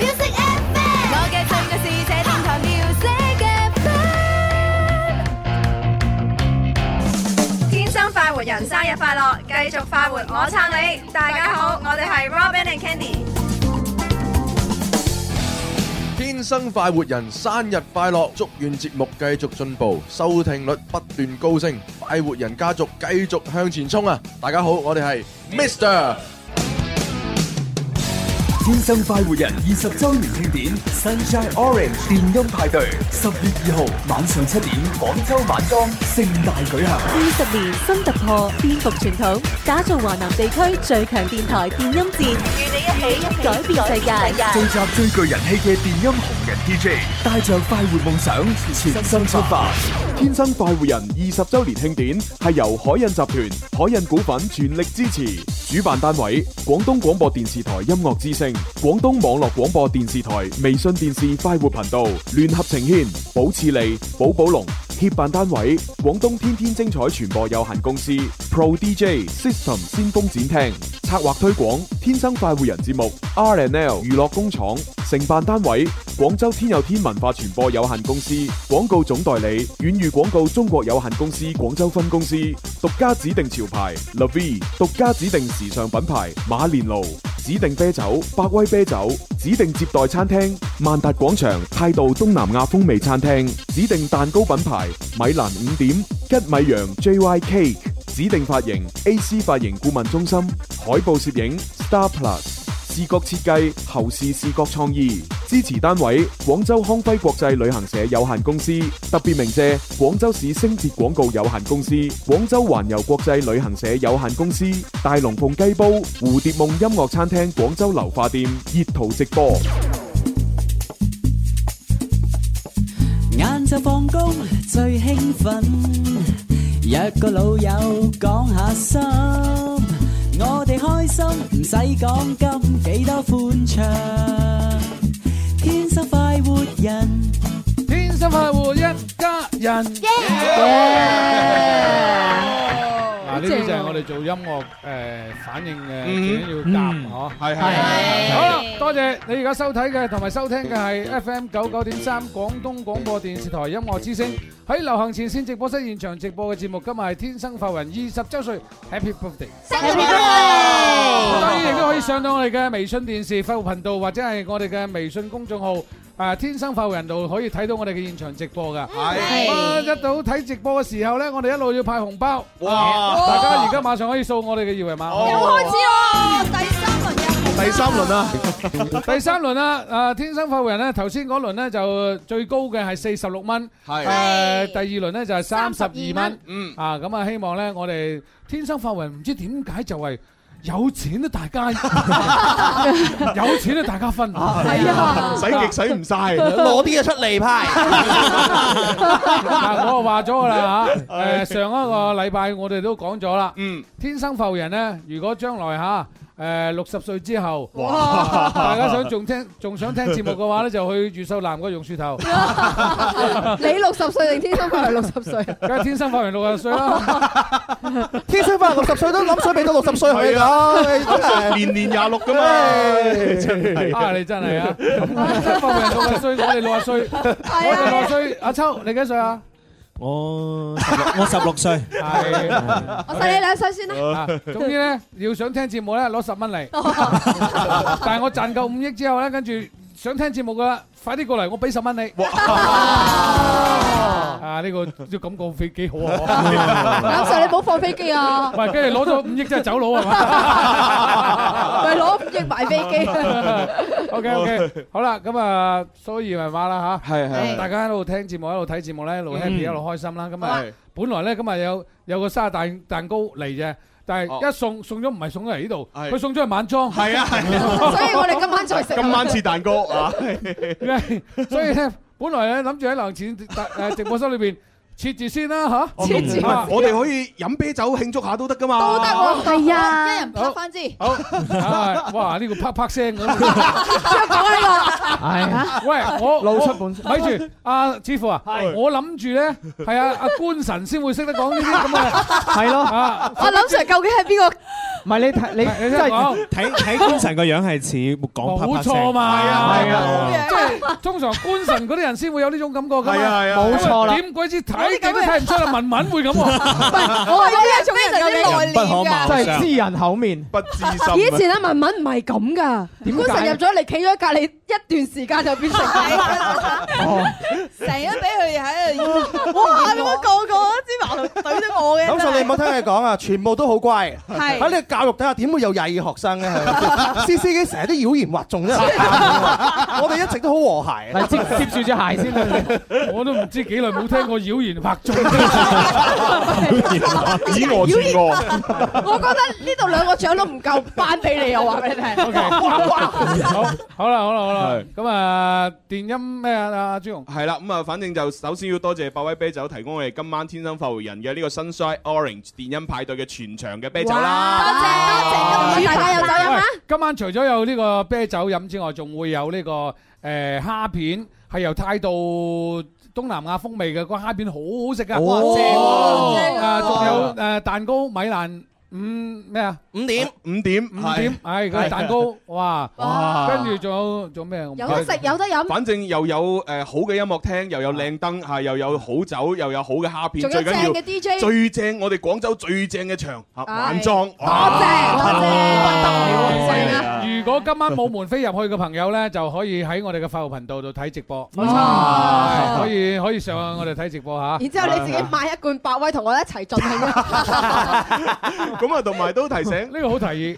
，Music FM，我嘅最愛是這電台 Music FM。天生快活人生日快樂，繼續快活我撐你。大家好，我哋係 Robin and Candy。
天生快活人生日快樂！祝願節目繼續進步，收聽率不斷高升，快活人家族繼續向前衝啊！大家好，我哋係 Mr。
天生快活人二十周年庆典 Sunshine Orange 電音派對，十月二號晚上七點，廣州晚裝盛大舉行。
二十年新突破，顛覆傳統，打造華南地區最強電台電音節，與你一起改變世
聚
界。
集最具人氣嘅電音紅人 DJ，帶着快活夢想，全身出發。
天生快活人二十周年慶典係由海印集團、海印股份全力支持，主辦單位廣東廣播電視台音樂之聲、廣東網絡廣播電視台微信電視快活頻道聯合呈獻，寶次利、寶寶龍。協辦單位：廣東天天精彩傳播有限公司、Pro DJ System 先鋒展廳，策劃推廣《天生快活人》節目、R&L 娛樂工廠，承辦單位：廣州天有天文化傳播有限公司，廣告總代理：遠譽廣告中國有限公司廣州分公司，獨家指定潮牌 l e v i 獨家指定時尚品牌馬連奴，指定啤酒百威啤酒，指定接待餐廳萬達廣場態度東南亞風味餐廳，指定蛋糕品牌米蘭五點吉米羊 JY Cake，指定髮型 AC 髮型顧問中心，海報攝影 Star Plus。視覺設計，後視視覺創意。支持單位：廣州康輝國際旅行社有限公司。特別鳴謝廣州市星捷廣告有限公司、廣州環遊國際旅行社有限公司、大龍鳳雞煲、蝴蝶夢音樂餐廳廣州流化店熱圖直播。
晏晝放工最興奮，約個老友講下心，我哋開心唔使講金，幾多歡暢，天生快活人，
天生快活一家人。嗱，呢啲就係我哋做音樂誒反應嘅最緊要夾嗬，係係係。好啦，多謝你而家收睇嘅同埋收聽嘅係 FM 九九點三廣東廣播電視台音樂之聲喺流行前線直播室現場直播嘅節目，今日係《天生快活人》二十週歲 Happy Birthday！當然亦都可以上到我哋嘅微信電視快活頻道，或者係我哋嘅微信公眾號。誒天生快活人度可以睇到我哋嘅現場直播㗎，
係
啊一到睇直播嘅時候咧，我哋一路要派紅包，
哇
大家而家馬上可以掃我哋嘅二維碼，
又開始喎，第三輪又
第三輪啦，
第三輪啦，誒天生快活人咧，啊頭先嗰輪咧就最高嘅係四十六蚊，
係
誒第二輪咧就係三十二蚊，
嗯
啊咁啊希望咧我哋天生快活人唔知點解就係有錢咧大 家有錢咧大家分，
係啊使極使 唔晒
攞啲嘢出嚟派。
嗱，啊我話咗 㗎啦嚇，誒上一個禮拜我哋都講咗啦，
嗯，
天生浮人咧，如果將來嚇。誒六十歲之後，
哇
大家想仲聽仲想聽節目嘅話咧，就去越秀南個榕樹頭。
你六十歲定天生快活人六十歲？
梗係天生發明六十歲 啦，
天生快活六十歲都諗水俾到六十歲佢
係啊
㗎，
年年廿六㗎嘛真係
À,
啊你真係啊，天生發明六十歲，我哋六十歲，我哋六十歲。
À,
阿秋你幾歲啊？
我十六，我十六歲。
我細你兩歲先
啊
啦。
總之咧，要想聽節目咧，攞十蚊嚟。 但係我賺夠五億之後咧，跟住想聽節目噶啦，快啲過嚟，我俾十蚊你。 啊，呢個要咁講飛幾好啊！
阿 Sir，你唔好放飛機啊！
喂，跟住攞咗五億真係走佬係嘛？
咪攞五億買飛機。
OK OK，好啦，咁啊，所以咪話啦吓，
係係
大家一路聽節目，一路睇節目咧，一路 happy，一路開心啦。咁啊
係，
本來咧今日有有個生日蛋蛋糕嚟嘅。但係一送送咗唔係送咗嚟呢度，佢送咗去晚裝。係
啊係
啊所以我哋今晚再食
今晚切蛋糕啊！
所以咧，本來咧諗住喺樓前誒直播室裏邊設置先啦吓，
我唔
啊
我哋可以飲啤酒慶祝下都得㗎嘛，
都得喎，
係啊
一人拍翻支，
好，啊哇！呢個啪啪聲咁，
講呢
喂，我
露出
本咪住，阿子富啊，我諗住咧係啊，阿官神先會識得講呢啲咁嘅，
係咯
啊，
阿林 Sir 究竟係邊個？
唔係你睇你
你
真
聽我
係睇睇 官神個樣係似講啪
哦冇
啪聲
錯嘛，
係啊係啊，
即係通常官神嗰啲人先會有呢種感覺㗎嘛，
係啊係啊冇錯啦
點鬼知睇極都睇唔出啊，文文會咁
唔
喎，
係，我係呢一種人有
人不可貌相，真係知人口面，
不知
以 前阿文文唔係咁噶，
點 解
官神入咗嚟，企咗喺隔離一段時間就變成咁。
成日俾佢哋喺度，哇咁樣個個都芝麻綠懟咗我嘅。
咁所以你冇聽
真係
佢講啊，全部都好乖。
係
喺呢個教育底下，點會有曳嘅學生咧？係咪先 C C 機成日都妖言惑眾啫，我哋一直都好和諧。
嗱，接接住隻鞋先啦。
我都唔知幾耐冇聽過妖言惑眾，
以
我
傳
我。
我覺得呢度兩個獎都唔夠頒俾你，我話俾你聽。
好，好啦，好啦，好啦，咁啊，電音咩啊，阿朱紅？
係啦，咁啊，反正就首先要多謝百威啤酒提供我哋今晚天生發回人嘅呢個 Sunshine Orange 電音派對嘅全場嘅啤酒啦。
多謝多謝今日大家有酒飲啊！
今晚除咗有呢個啤酒飲之外，仲會有呢個誒蝦片，係由態度。東南亞風味嘅個蝦片好好食噶，
哇正喎正喎
啊，仲有誒蛋糕米蘭五咩啊？
五點
五點五
五點，係個蛋糕，哇！
哇
跟住仲有仲有咩？我唔記得咗
有得飲
反正又有誒好嘅音樂聽，又有靚燈嚇，又有好酒，又有好嘅蝦片，
仲有
最緊要
正嘅 DJ
最正我哋廣州最正嘅場嚇
啊
係
晚裝，
多謝多謝，正啊！
如果今晚冇門飛入去嘅朋友咧，就可以喺我哋嘅快活頻道度睇直播。
冇錯
係可以可以上我哋睇直播吓。
然之後你自己買一罐百威，同我一齊進慶啊！
咁啊，同埋都提醒
呢個好提議，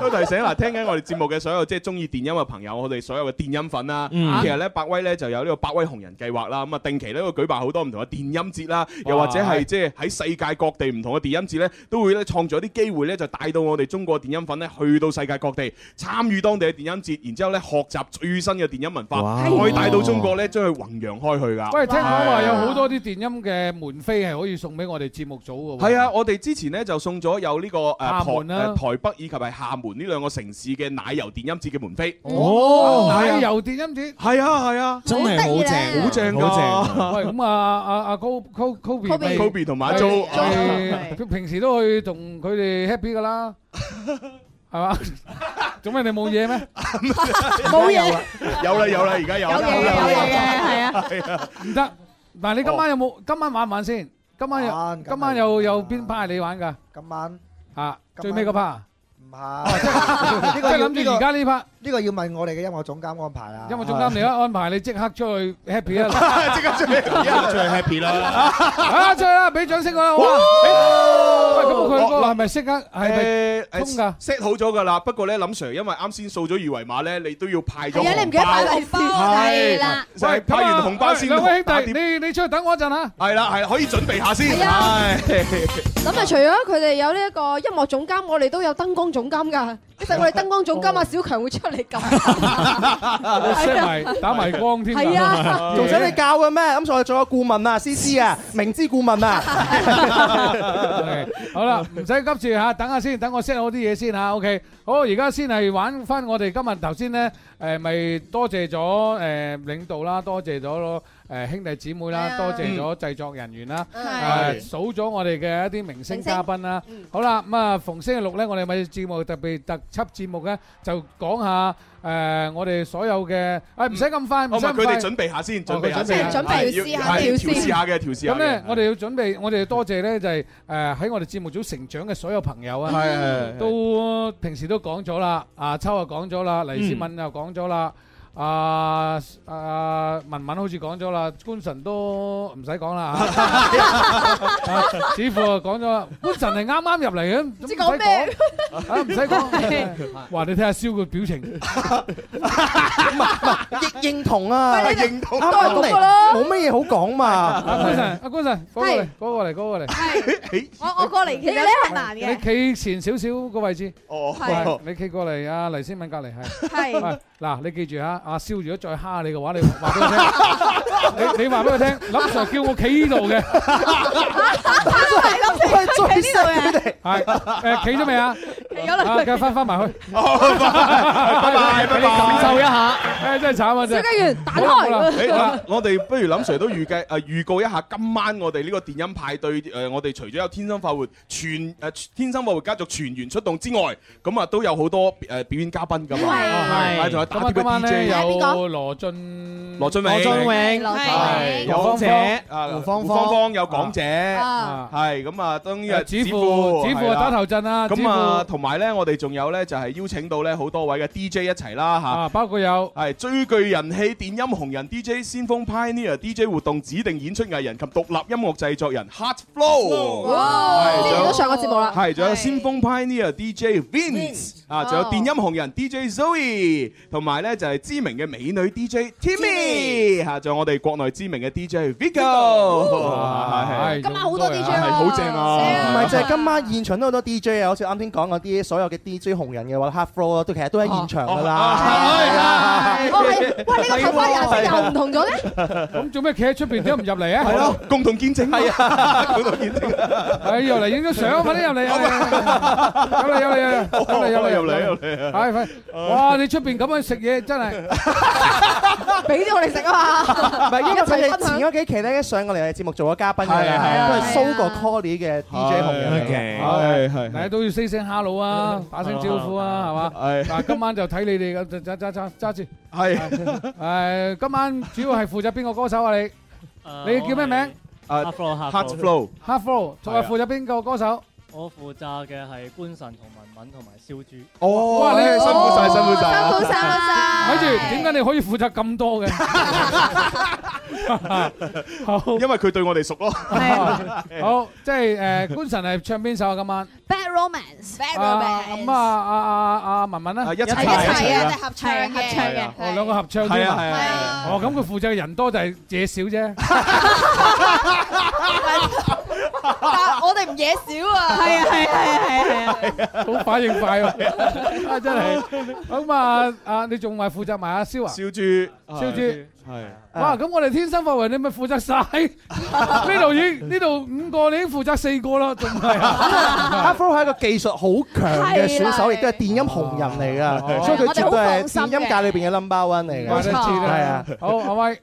都提醒嗱，聽緊我哋節目嘅所有即係中意電音嘅朋友，我哋所有嘅電音粉啦，
嗯
其實咧百威咧就有呢個百威紅人計劃啦，咁啊定期咧會舉辦好多唔同嘅電音節啦，又或者係即係喺世界各地唔同嘅電音節咧，都會咧創造一啲機會咧，就帶到我哋中國嘅電音粉咧去到世界各地參與當地嘅電音節，然之後咧學習最新嘅電音文化，
哇
可以帶到中國咧將佢弘揚開去㗎。
喂，聽講
啊
話有好多啲電音嘅門飛係可以送俾我哋節目組嘅喎。
係啊，我哋之前咧就送咗有呢個誒
廈
台
門啊啦
誒台北以及係廈門呢兩個城市嘅奶油電音節嘅門飛。
哦
係啊
奶油電音節
係啊係啊，
真係好正
好正㗎
喂，咁啊阿阿 Co Co Kobe 咪
Kobe 同埋阿
係
Jo
係佢平時都去同佢哋 happy À, 噶啦，係嘛？做咩你冇嘢咩？
冇嘢
有啦有啦，而家有啦
有
Dạ,
嘢嘅有
à,
嘢嘅係啊
係啊，
唔得。嗱，你今晚有冇？今晚玩唔玩先？今晚有
玩
今晚有有邊 part 係你玩㗎？
今晚
啊，
今
最
晚
尾嗰 part。
唔係， 呢個
即係
要
諗住而家呢 part，
呢個要問我哋嘅音樂總監安排啊。
音樂總監你啊，安排你即刻出去 happy À, 啊！
即刻出去
去 happy 啦！啊，出去啦！俾掌聲佢啦！哇！喂，咁佢個係咪識啊？係咪
誒
通㗎？
set 好咗㗎啦，不過咧，林 Sir 因為啱先掃咗二維碼咧，你都要派咗
係啊你唔記得派利是
係
係啦
就係派完紅包先
兩位兄弟，
打
你你出去等我一陣啊！
係啦係啦，可以準備下先。
係啊
係
咁啊，除咗佢哋有呢一個音樂總監，我哋都有燈光總監㗎。其實我哋燈光總監阿小強會出 嚟撳。
set 埋打埋光添。
係啊
仲使你教嘅咩？咁所以仲有顧問啊，C C 啊，明知顧問啊。
OK，好啦，唔使急住吓，等下先，等我 set 好啲嘢先吓。OK，好，而家先係玩翻我哋今日頭先咧，誒咪多謝咗誒領導啦，多謝咗誒兄弟姊妹啦，多謝咗製作人員啦，誒數咗我哋嘅一啲明星嘉賓啦。好啦，咁啊逢星期六咧，我哋咪節目特別特輯節目咧，就講下誒我哋所有嘅，誒唔使咁快，唔
我
使
咪
咁
佢哋
快
準。備下先，準備下
即係
先，
準備
係
試下
要係
調
調
試
試下嘅，調試下
咁
嘅。
咧，我哋要準備，我哋要多謝咧，就係誒喺我哋節目組成長嘅所有朋友
係係係
啊，都平時都講咗啦，阿秋又講咗啦，黎思敏又講咗啦，阿阿文文好似講咗啦，官神都唔使講啦嚇，啊 似乎講咗啦，官神係啱啱入嚟嘅，咁唔
知
使
講咩
講啊唔使講，哇！你睇下蕭個表情。
認同啊，
喂你
認
同
啱
都
啱
係咁
嚟
㗎啦，
冇乜嘢好講
阿官神
嘛。，
阿官神，嗰個
係
嚟，嗰個嚟，嗰個嚟。
我我過嚟其實咧係難嘅。
你企前少少個位置，
哦
係
你企過嚟啊，黎思敏隔 離係，
係
喂嗱，你記住嚇，阿蕭如果再蝦你嘅話，你話 俾佢聽，你你話俾佢聽，林 Sir 叫我企 呢度嘅，
我係最衰佢
哋。
係誒企咗未 啊？
企咗啦
啊繼續翻翻埋去，
好 拜拜
俾你感受一下，誒真係慘啊真係。
小雞員打
好啦好 啦
誒嗱，我哋不如林 Sir 都預計誒預告一下今晚我哋呢個電音派對誒，我哋除咗有天生快活全誒天生快活家族全員出動之外，咁啊都有好多誒表演嘉賓噶嘛，啊
係啊
係仲有打碟
今晚
嘅
咧
DJ
有羅俊
羅俊榮、
羅俊榮
係
係
有
港姐
啊
胡
胡
芳
芳
芳
芳有港姐，
啊
係咁啊，當然
誒
係
子父子父
係啦
打頭陣啦
咁
子
啊，
父
同埋咧，我哋仲有咧就係邀請到咧好多位嘅 DJ 一齊啦嚇，
包括有
係最具人氣電音紅人 DJ 先鋒 Pioneer DJ 活動指定演出藝人及獨立音樂製作人 Heart Flow，
哇
係
之前都上過節
啊
目啦
係仲有先鋒 Pioneer DJ Vince 啊，仲有
哦
電音紅人 DJ Zoe，同埋咧就係知名嘅美女 DJ Timmy 嚇，仲有我哋國內知名嘅 DJ Vigo，
今晚好多 DJ
係
啊
好正啊，
唔係，就係今晚現場都好多 DJ 啊，好似啱先講嗰啲所有嘅 DJ 紅人嘅話，Hard Flow 啊，都其實都喺現場
Ờ,
㗎 啦。
哦係，哇！你個頭髮顏色又唔同咗咧？
咁做咩企喺出邊點解唔入嚟啊？係
咯，共同見證。係
à.
啊，共同見證。
係入嚟影咗相，快啲入嚟啊！入嚟入嚟入嚟入嚟入嚟
入嚟
係快！哇！你出邊咁樣食嘢真係
俾咗我哋食啊嘛，
唔係，因為佢
一齊
哋
分享
前嗰幾期咧，上過嚟我哋節目做咗嘉賓㗎
係啊係
啦，
啊
都係 Sogo Colly 嘅 DJ 紅人嚟嘅。
係係
大家都要 say 聲 hello 啊，打聲招呼啊，係嘛？
係
嗱，今晚就睇你哋嘅揸揸揸揸住。
係
誒，今晚主要係負責邊個歌手啊？你你叫咩名
啊
Hard Flow，Hard
Hard Flow
？Hard Flow，仲係負責邊個歌手？
我負責嘅係官神同文文同埋燒豬。
哦
哇！你
辛苦晒辛苦晒辛苦晒
咪住，點解你可以負責咁多嘅？
因為佢對我哋熟咯。
啊
好，即係誒，官神係唱邊首啊？今晚
Bad
À,
Romance，Bad
啊
Romance，
咁啊啊啊啊文文咧，
一齊
係一齊啊，合唱
係合唱
嘅
嘅。
哦，兩個合唱
係
添
啊
啊
係啊係啊
哦，咁佢負責嘅人多就係借少啫。
但我哋唔嘢少啊！係啊係啊係啊
好反應快喎，啊真係。咁啊啊，你仲係負責埋阿蕭啊？
燒豬，
燒豬。
係。
哇！咁我哋天生發圍，你咪負責晒呢度已經呢度五個，你已經負責四個啦，仲係啊
Hard Flow 係一個技術好強嘅選手，亦都係電音紅人嚟
係
㗎，所以佢絕對係電音界裏邊嘅 number one 嚟
怪
嘅。
得知啦
係啊，
好阿威，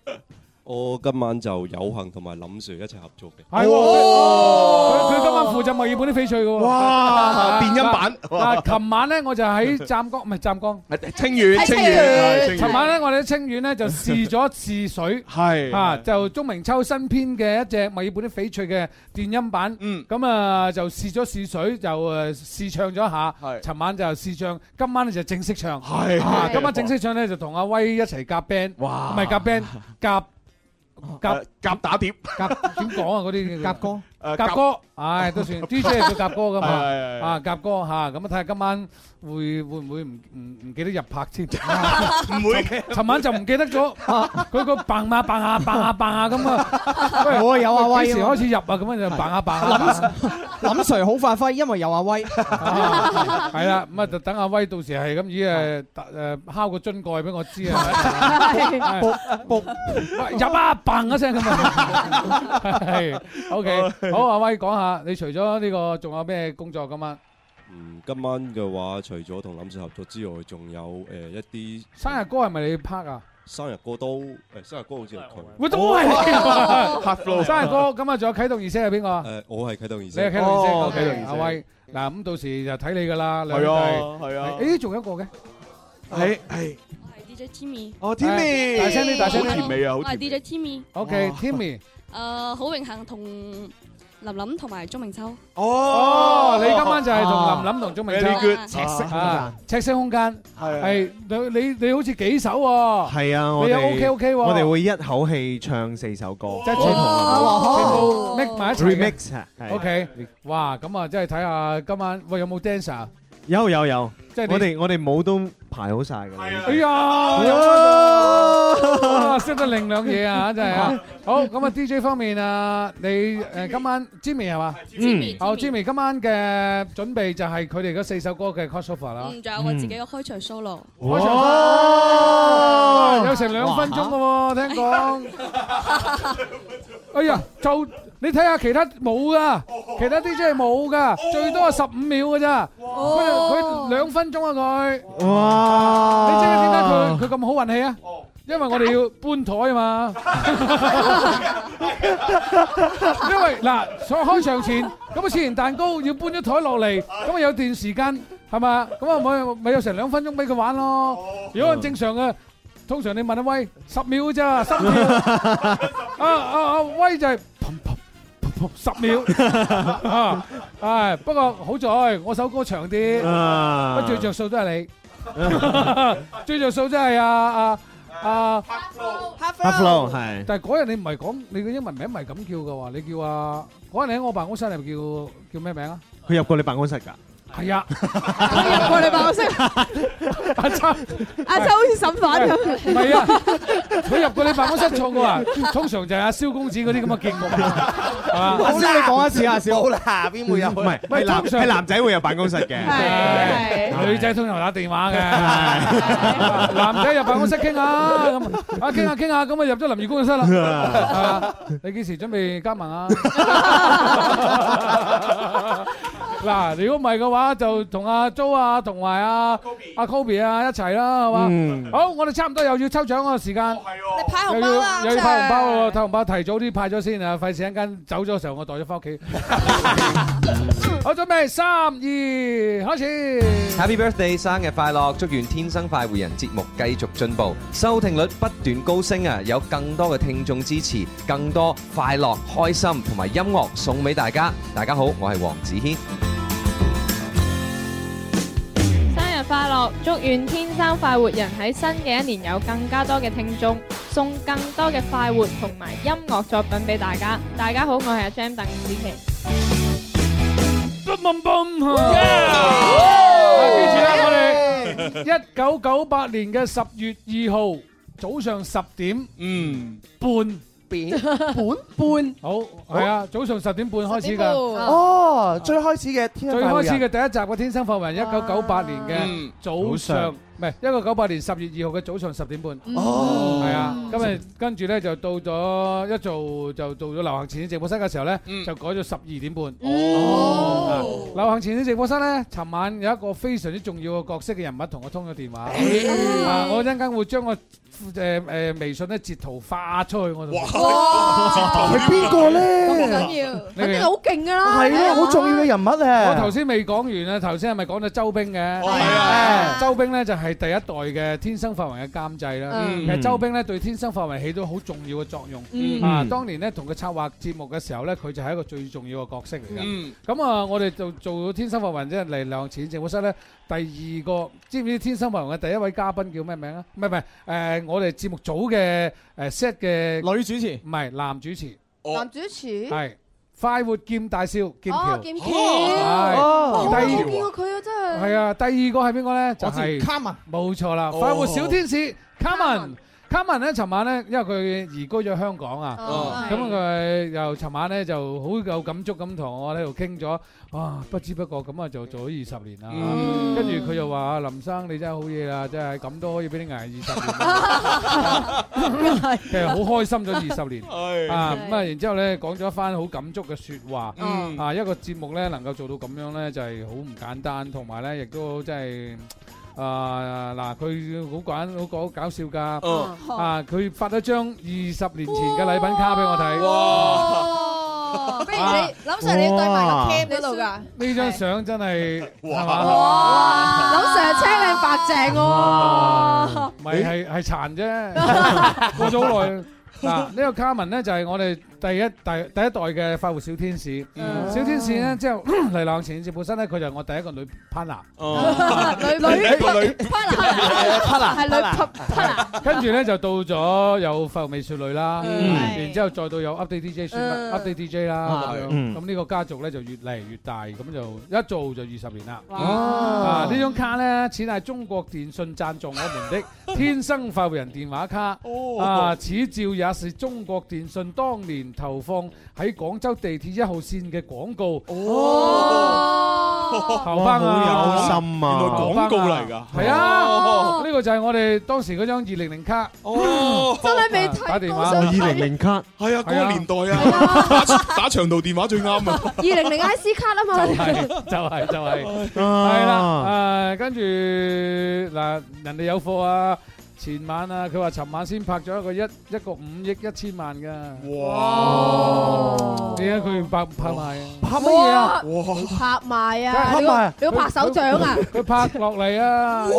我今晚就有幸同埋林 Sir 一齊合作嘅。
係喎，佢佢今晚負責墨爾本啲翡翠嘅喎。
哇電音版
À,
嗱，嗱琴晚咧我就喺湛江，唔係湛江。
清遠，清遠，
琴晚咧，我哋喺清遠咧就試咗試水，
係
啊，就鐘明秋新編嘅一隻墨爾本啲翡翠嘅電音版，
嗯
咁啊就試咗試水，就誒試唱咗一下。尋晚就試唱，今晚咧就正式唱。
係
啊今晚正式唱咧就同阿威一齊夾 band，
哇
唔係夾 band，夾夾
夾打碟，
哦夾點講啊？嗰 啲夾歌
誒
夾歌，唉 都算 DJ 係叫夾歌噶嘛，
係係係
啊夾歌嚇，咁啊睇下今晚會會唔會唔唔唔記得入拍 先。啊
唔會嘅。
尋晚就唔記 得咗，啊佢個扮下扮
à,
下扮下扮下咁啊！喂
我
à,
有阿威
幾時
啊
開始入啊？咁樣就扮下扮下扮下，
林 Sir 好發揮，因為
à
有阿威。
係啦，咁啊就等阿威到時係咁咦誒誒敲個樽蓋俾我知 啊！
卜
卜入啊！砰一聲咁啊！係 OK，好阿威講下，你除咗呢個仲有咩工作今晚？
嗯，今晚嘅話，除咗同林 Sir 合作之外，仲有誒、呃一啲
生日歌係咪你拍啊？
生日歌都誒、呃生日歌好似係佢。
喂，都係 你啊
黑 flow
生日歌咁啊！仲有啟動儀式係邊個啊？
誒，我係啟動儀
你
式。
係啟動儀式，OK，
啟動儀式
阿威，嗱咁到時就睇你噶啦，
係啊
兩弟
à,
係啊
誒，仲有一個嘅，
係係。
係 DJ Timmy。
哦，Timmy
À, 大聲啲，大聲啲，
好甜美啊好
我
甜
係
美
DJ Timmy。à,
Ờ.
Ờ,
哇
OK，Timmy，
誒，好榮幸同林林同埋鐘明秋。
Ờ. 哦，你今晚就係同林林同鐘明秋
Very good，
啊
赤色空間
啊赤色空間
係
係你你你好似幾首喎？
à,
係啊，
你
我
有
哋
à, OK OK 喎，
我 哋會一口氣唱四首歌，
即係全部全部 mix 埋一齊嘅
remix 啊係
OK，哇，咁啊，真係睇下今晚喂有冇 dancer？
有有有，
即係你
我哋我哋舞都排好晒㗎啦。
啊
哎呀，有出啊哇識得另兩嘢啊，真係啊！好咁啊，DJ 方面啊，你誒今晚 Jimmy 係嘛？
Jimmy，
好
Jimmy
Jimmy 今晚嘅準備就係佢哋嗰四首歌嘅 crossover 啦。
嗯，仲有我
Ừ.
自己嘅開場 solo。
開場啦有成兩分鐘嘅喎，聽講。哎呀，就你睇下其他冇噶，其他 DJ 係冇噶，最多係十五秒嘅咋。佢佢兩分鐘啊佢。
哇！
你知唔知點解佢佢咁好運氣啊？因為我哋要搬台啊嘛。因為嗱，上開場前咁啊，切完蛋糕要搬咗台落嚟，咁啊有段時間係嘛，咁啊咪咪有成兩分鐘俾佢玩咯。如果按正常嘅。通常你問阿威十秒咋，心跳啊啊啊威就係砰砰砰砰十秒啊，唉不過好在我首歌長啲，
啊
不最着數都係你，最着數真係啊啊啊！
Flow，係
但係嗰日你唔係講你嘅英文名唔係咁叫嘅喎，你叫啊嗰日你喺我辦公室你叫叫咩名啊？
佢入過你辦公室㗎。
係啊，
過你辦公室，
阿秋，
À,
阿秋好似審
Vâng.
犯咁。
唔係啊，佢入過你辦公室錯過啊，通常就係阿蕭公子嗰啲咁嘅節目啊。
阿蕭你
à,
講一次阿蕭
冇啦，邊會有？
唔係，係男係男仔會有辦公室嘅。Ờ.
女仔通常打電話嘅，男仔入辦公室傾下咁啊，傾下傾下咁啊入咗林義工嘅室啦，
Ờ.
係嘛？你幾時準備加盟啊？嗱，如果唔係嘅話，就同阿 Jo 啊，同埋阿阿 Kobe 啊一齊啦，係嘛
嗯？
好，我哋差唔多又要抽獎嘅時間，
你派
又
紅包啦，
要又
咁
要派紅包
就
喎，派紅包提早啲派咗先啊，費事一間走咗嘅時候我袋咗翻屋企。 好，準備三二開始。
Happy birthday，生日快樂！祝願天生快活人節目繼續進步，收聽率不斷高升啊！有更多嘅聽眾支持，更多快樂、開心同埋音樂送俾大家。大家好，我係黃子軒。
生日快樂！祝願天生快活人喺新嘅一年有更加多嘅聽眾，送更多嘅快活同埋音樂作品俾大家。大家好，我係阿 Jam 鄧紫棋。
Oh！
啊，記住啦，我哋1998年嘅10月2號，早上10點半。好，係啊，早上10點半開始㗎。
哦，最開始嘅天生快活人
最開始嘅第一集嘅《天生發圍人》，1998年嘅
嗯。
早上-
早上。
唔係，1998年10月2號嘅早上10點半。
哦。
係啊，今日-跟住呢，就到咗-一做就到咗流行前線直播室嘅時候呢，就改咗12點半。啊，流行前線直播室呢，尋晚有一個非常之重要嘅角色嘅人物同我通咗電話。啊，我一陣間會將個，誒，誒，微信呢，截圖發出去我度。
係邊個呢？啊
啊
你明
係咯，好重要嘅人物咧。
我頭先未講完啊，頭先係咪講咗周冰嘅？係
啊，
周冰咧就係第一代嘅天生發圍嘅監製啦。
嗯
其實周冰咧對天生發圍起到好重要嘅作用。
嗯
啊，當年咧同佢策劃節目嘅時候咧，佢就係一個最重要嘅角色嚟
嗯
嘅。咁啊，我哋就做到天生發圍即係嚟兩錢直播室咧，第二個知唔知天生發圍嘅第一位嘉賓叫咩名啊？唔係唔係，誒我哋節目組嘅誒 set 嘅女主持，唔係男主持。
男主持
係快活劍大笑劍
哦
橋，
劍橋，
係
哦我
第
冇
二
見過佢啊，真係
係啊，第二個係邊個咧？就
我知
係
Carmen
冇錯啦，
哦
快活小天使 Carmen。Carmen 咧，尋晚咧，因為佢移居咗香港啊
哦，
咁佢又尋晚咧就好有感觸咁同我喺度傾咗，哇！不知不覺咁啊就做咗二十年啦，跟住佢又話：啊林生你真係好嘢啦，真係咁都可以俾你捱二十年，其實啊好開心咗 二十年。啊，咁啊，然之後咧講咗一番好感觸嘅説話，
嗯
啊，一個節目咧能夠做到咁樣咧，就係好唔簡單，同埋咧亦都真係。啊嗱，佢好搞好搞搞笑㗎，
哦
啊佢發咗張二十年前嘅禮品卡俾我
不如你林 Sir 你要對
睇，
埋個 cam 嗰度㗎，
呢張相真係係
哇
嘛？
林 Sir 青靚白淨喎，
唔係係係 殘啫，過咗好耐。嗱，呢個卡文咧就係我哋第一第第一代嘅快活小天使，
嗯
小天使咧之後 黎朗前節本身咧佢就係我第一個女 partner，
女哦第一個女 partner，partner，係女
partner，跟 住咧就到咗有快活美少女啦，然之後再到有 update DJ 選
嗯
update DJ 啦咁樣，
嗯
咁呢個家族咧就越嚟越大，咁就一做就二十年啦。
哇
啊，呢張卡咧似係中國電信贊助我們 的天生快活人電話卡。
哦
啊，此照也是中國電信當年投放喺廣州地鐵一號線嘅廣告。哦，後班啊，
哇好有心啊原來廣告嚟㗎哦
係啊，呢個就係我哋當時嗰張二零零卡。哦，
真係未
打電
啊
話。啊
哦二零零卡，
係啊，嗰個年代啊，打打長途電話最啱啊！
二零零 IC 卡啊嘛，
係就係就係，係啦，誒跟住嗱，人哋有貨啊，前晚啊，佢話尋晚先拍咗一個一一個五億一千萬㗎。
哇！
你睇佢拍拍賣啊？
拍
乜嘢啊
拍賣
梗係
啊！
拍
你要
賣
你要拍手掌啊！
佢拍落嚟啊！
哇！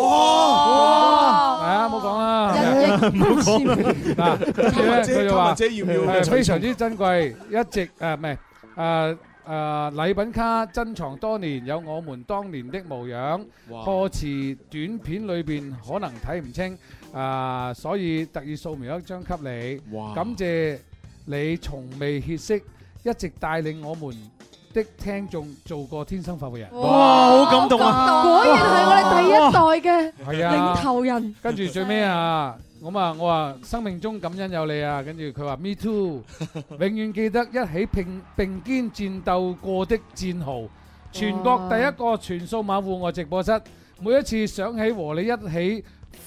係啊，冇講啦，
一億
冇講嗱，跟住咧佢就話
姐要唔要
誒非常之珍貴，一直誒唔係誒誒禮品卡珍藏多年，有我們當年的模樣。
哇
歌詞短片裏邊可能睇唔清啊，所以特意掃描一張給你。
哇
感謝你從未歇息，一直帶領我們的聽眾做過天生發福人。
哇好感動啊
果然係我哋第一代嘅
係啊
領頭人。
跟住最尾啊，咁啊，我話生命中感恩有你啊，跟住佢話 me too，永遠記得一起並並肩戰鬥過的戰壕，全國第一個全數碼户外直播室，每一次想起和你一起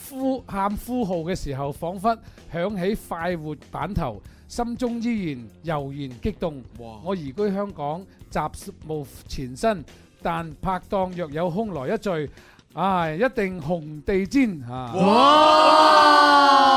呼喊呼號嘅時候，彷彿響起快活版頭。心中依然悠然激動，我移居香港，雜務纏身，但拍檔若有空來一聚，啊，一定紅地氈啊！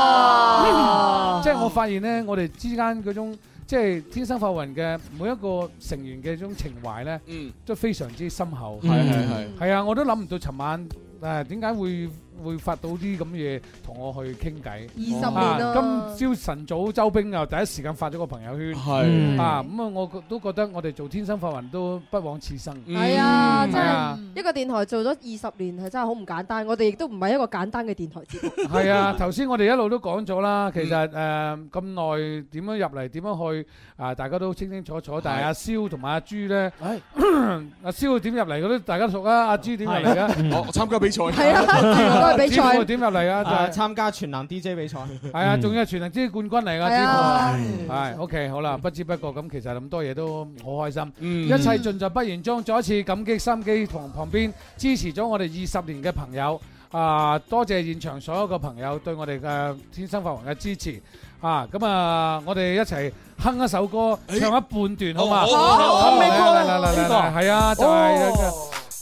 哇
即係我發現呢，我哋之間嗰種即係天生發運嘅每一個成員嘅一種情懷呢，都非常之深厚。
係係係
係啊，我都諗唔到尋晚誒點解會會發到啲咁嘢同我去傾偈。
年
啊
啦
今朝晨早周冰又第一時間發咗個朋友圈。
係嗯
啊，咁啊，我覺都覺得我哋做天生發運都不枉此生。
係
嗯
啊，真
係啊
係一個電台做咗二十年係真係好唔簡單，我哋亦都唔係一個簡單嘅電台節目。
係啊，頭先我哋一路都講咗啦，其實誒咁耐點樣入嚟，點樣去啊，大家都清清楚楚。但係阿蕭同埋阿朱咧， 阿蕭點入嚟嗰啲大家熟啊，阿朱點入嚟啊？
係我參加比賽
嗯係啊
我
參加比賽
點入嚟啊？就係
參加全能 DJ 比賽，
係啊，仲有全能之冠軍嚟㗎，
係啊
知道係 OK，好啦，不知不覺咁，其實咁多嘢都好開心，一切盡在不言中。再一次感激心機同旁邊支持咗我哋二十年嘅朋友，啊，多謝現場所有嘅朋友對我哋嘅天生發黃嘅支持。啊，咁啊，我哋一齊哼一首歌，唱一半段好嘛？
好好好好
嚟
咩歌
嚟嚟嚟
呢個
嚟，係啊，就係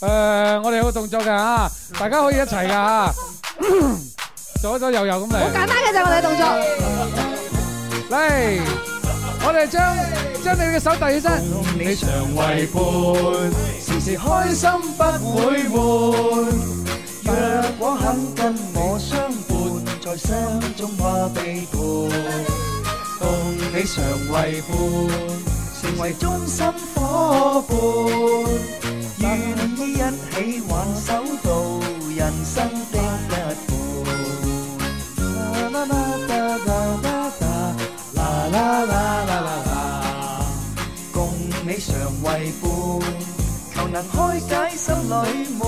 誒，我哋有個動作㗎嚇，大家可以一齊㗎嚇，左左右右咁嚟。
好簡單嘅啫，我哋嘅動作。
嚟，我哋將將你嘅手遞起身。你常
為伴，時時開心不會悶。若果肯跟我相伴，在心中不悲觀。共你常為伴，成為忠心伙伴。願意一起挽手度人生的一半。啦啦啦啦啦啦啦啦啦啦啦啦，共你常為伴，求能開解心裏悶。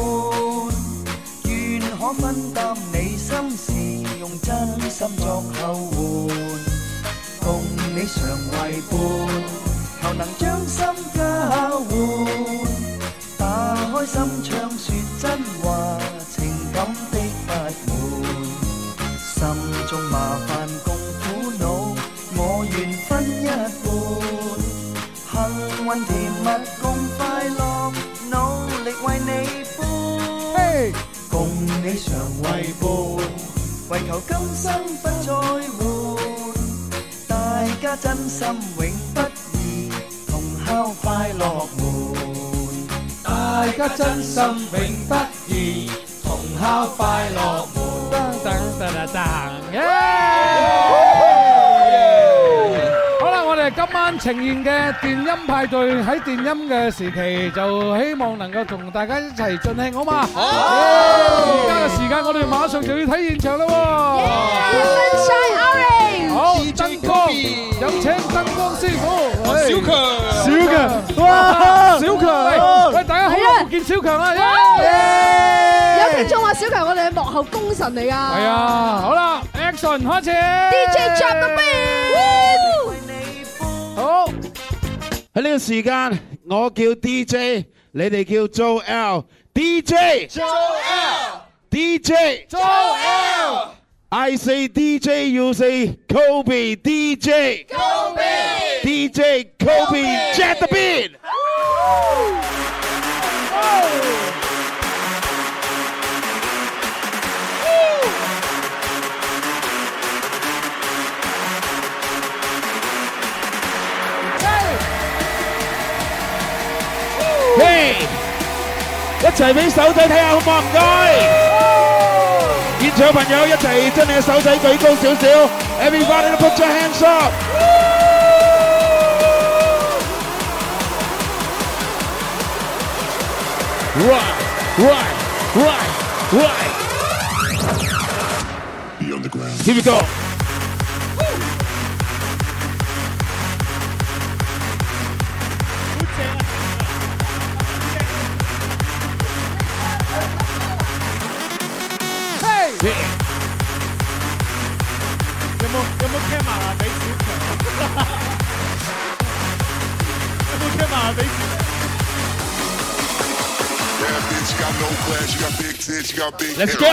願可分擔你心事，用真心作後援。共你常為伴，求能將心交換，打開心窗說真話，情感的不滿。心中麻煩共苦惱，我願分一半。幸運甜蜜共快樂，努力為你
搬。
共你常為伴，為求今生不再換。大家真心永不移，同敲快樂門。大家真心永不移，同敲快樂門。
好啦，我哋今晚呈現嘅電音派對喺電音嘅時期，就希望能夠同大家一齊盡興，好嘛？好！而家嘅時間，我哋馬上就要睇現場啦喎！好，燈光有請燈光師傅，
小強
小強，哇，小強，喂，大家
係
好
啊
耐冇見小強啦！
有聽眾
à,
話小強我哋係幕後功臣嚟㗎。
係
à,
啊，好啦，action 開始
DJ drop the beat。
好。
喺呢個時間，我叫 DJ，你哋叫 j o L。DJ。j o L。DJ。j o L。I say DJ, you say Kobe. DJ. Kobe. DJ Kobe. Jet the beat.
哇！
齊俾手仔睇下好唔好？唔該。現場朋友一齊將你嘅手仔舉高少少，everybody put your hands up。
Right, right, right, right.
Here we go.
Hey!
Yeah.
有冇有冇 camera 俾小強？有冇 camera 俾小強？
Let's go.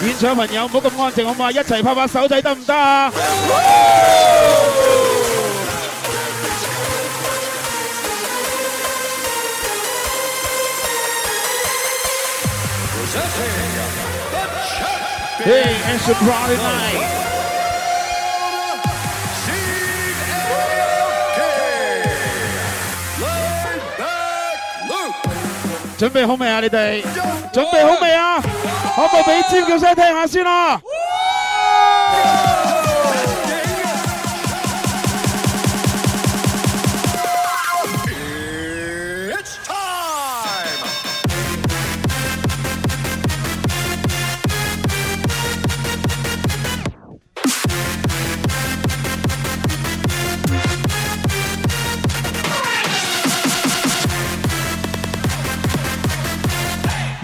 Hiện trường bạn nhỏ, không có an tĩnh, không mà, một齊拍拍手仔得唔得啊？Hey, it's a Friday night. Chuẩn bị không mày à, đi đây. Chuẩn bị không mày à? Có một bé chim kêu xe thèn hả xin à?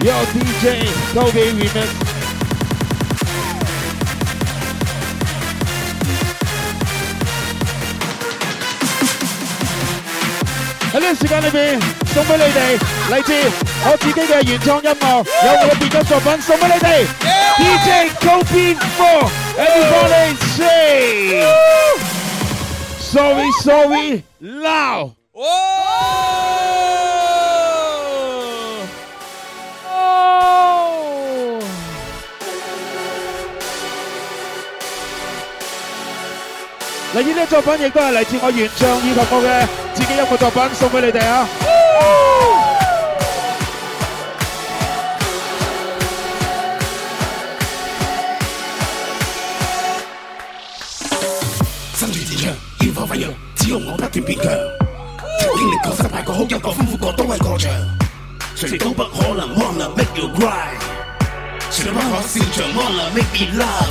Yo DJ Kobe remix. Ở đây thời gian này, tặng cho các bạn, lấy từ tôi tự mình cái nguyên âm nhạc, có tôi biệt cái tác phẩm tặng cho các bạn. DJ Kobe for everybody say. Sorry, sorry, loud. Lấy những cái tác phẩm, cũng là lấy từ tôi nguyên trang, và tôi cái tự mình âm nhạc tác phẩm tặng cho các bạn.
make you cry，除不可笑場安樂 make me laugh。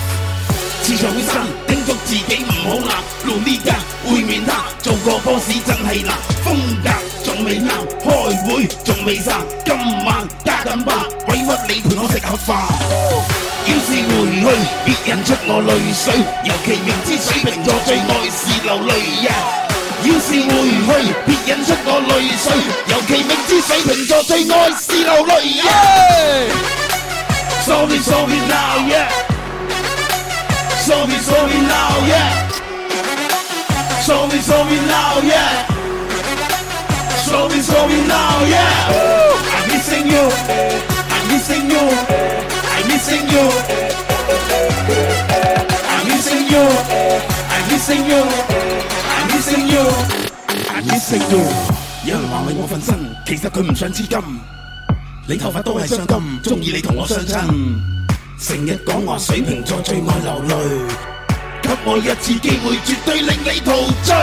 次上會生，叮囑自己唔好鬧，路呢家會面他，做個 boss 真係難，風格仲未啱，開會仲未散，今晚加緊吧，委屈你陪我食盒飯。要是回去，別人出我淚水，尤其明知水瓶座最愛是流淚呀。要是回去，別人出我淚水，尤其明知水瓶座最愛是流淚呀。Sorry, sorry now, yeah. Sorry, sorry now, yeah. Sorry, sorry now, yeah. Sorry, sorry now, yeah. I'm missing you. I'm missing you. I'm missing you. I'm missing you. I'm missing you. I'm missing you. I'm missing you. 有人話為我瞓身，其實佢唔想黐金。你頭髮都係雙金，中意你同我相親。成日講話水瓶座最愛流淚，給我一次機會，絕對令你陶醉。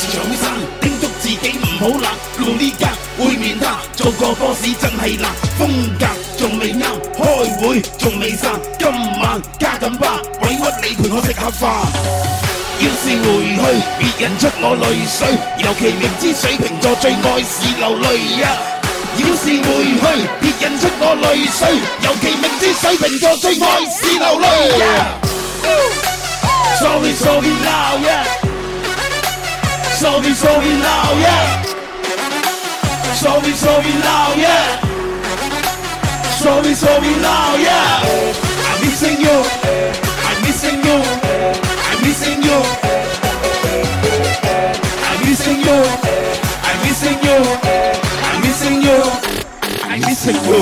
自長生，叮囑自己唔好冷，路呢家會面他，做個 boss 真係難，風格仲未啱，開會仲未散，今晚加緊吧，委屈你陪我食下飯。要是回去，別人出我淚水，尤其明知水瓶座最愛是流淚呀。要是回去，別人出我淚水，尤其明知水瓶座最愛是流淚呀。Sorry, sorry now, yeah. Sorry, sorry now, yeah. Sorry, sorry, loud, yeah. Sorry, sorry, loud, yeah. I'm missing you. I'm missing you. I'm missing you. I'm missing you. I'm missing you. I'm missing you. I'm missing you.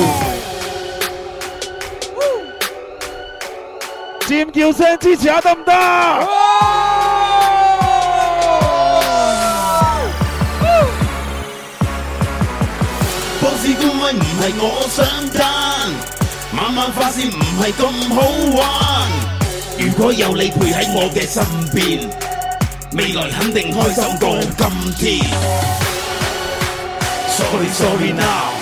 尖叫聲支持下得唔得？
博士冠軍唔係我想單，晚晚花仙唔係咁好玩。如果有你陪喺我嘅身邊，未來肯定開心過今天。Sorry sorry now。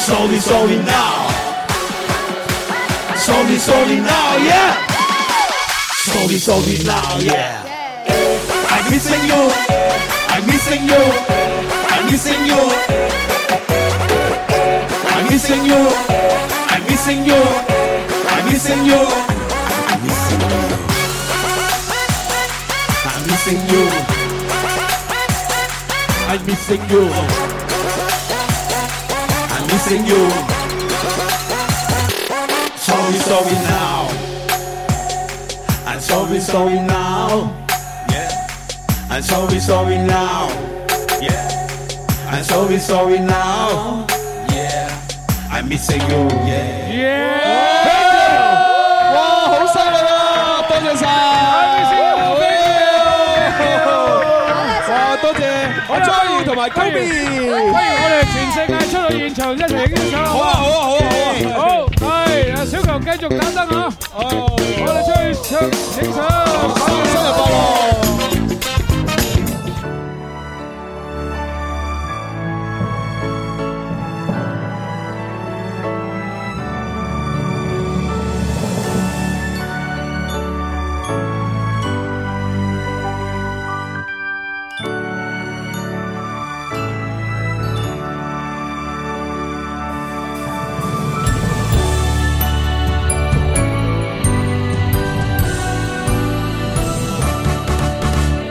Sorry sorry now。Sorry sorry now yeah。Sorry sorry now yeah。I'm missing you。I'm missing you。I'm missing you。I'm missing you。I'm missing you。I'm missing you。I'm missing you。I'm missing you. I'm missing you. I'm missing you. Sorry, sorry now. I'm sorry, sorry now. I'm sorry, sorry now. Yeah. I'm sorry, sorry now. Yeah. I'm missing you. Yeah.
예.
Yeah. 哇，好犀利啊！多謝晒。
哇，多謝阿 Jo 同埋 Kobe。
不如我哋全世界出去現場一齊影相好啊！好啊！好啊！好啊！
어,
好，係啊！小強繼續打燈啊！哦，我哋出去唱影相，生日快樂！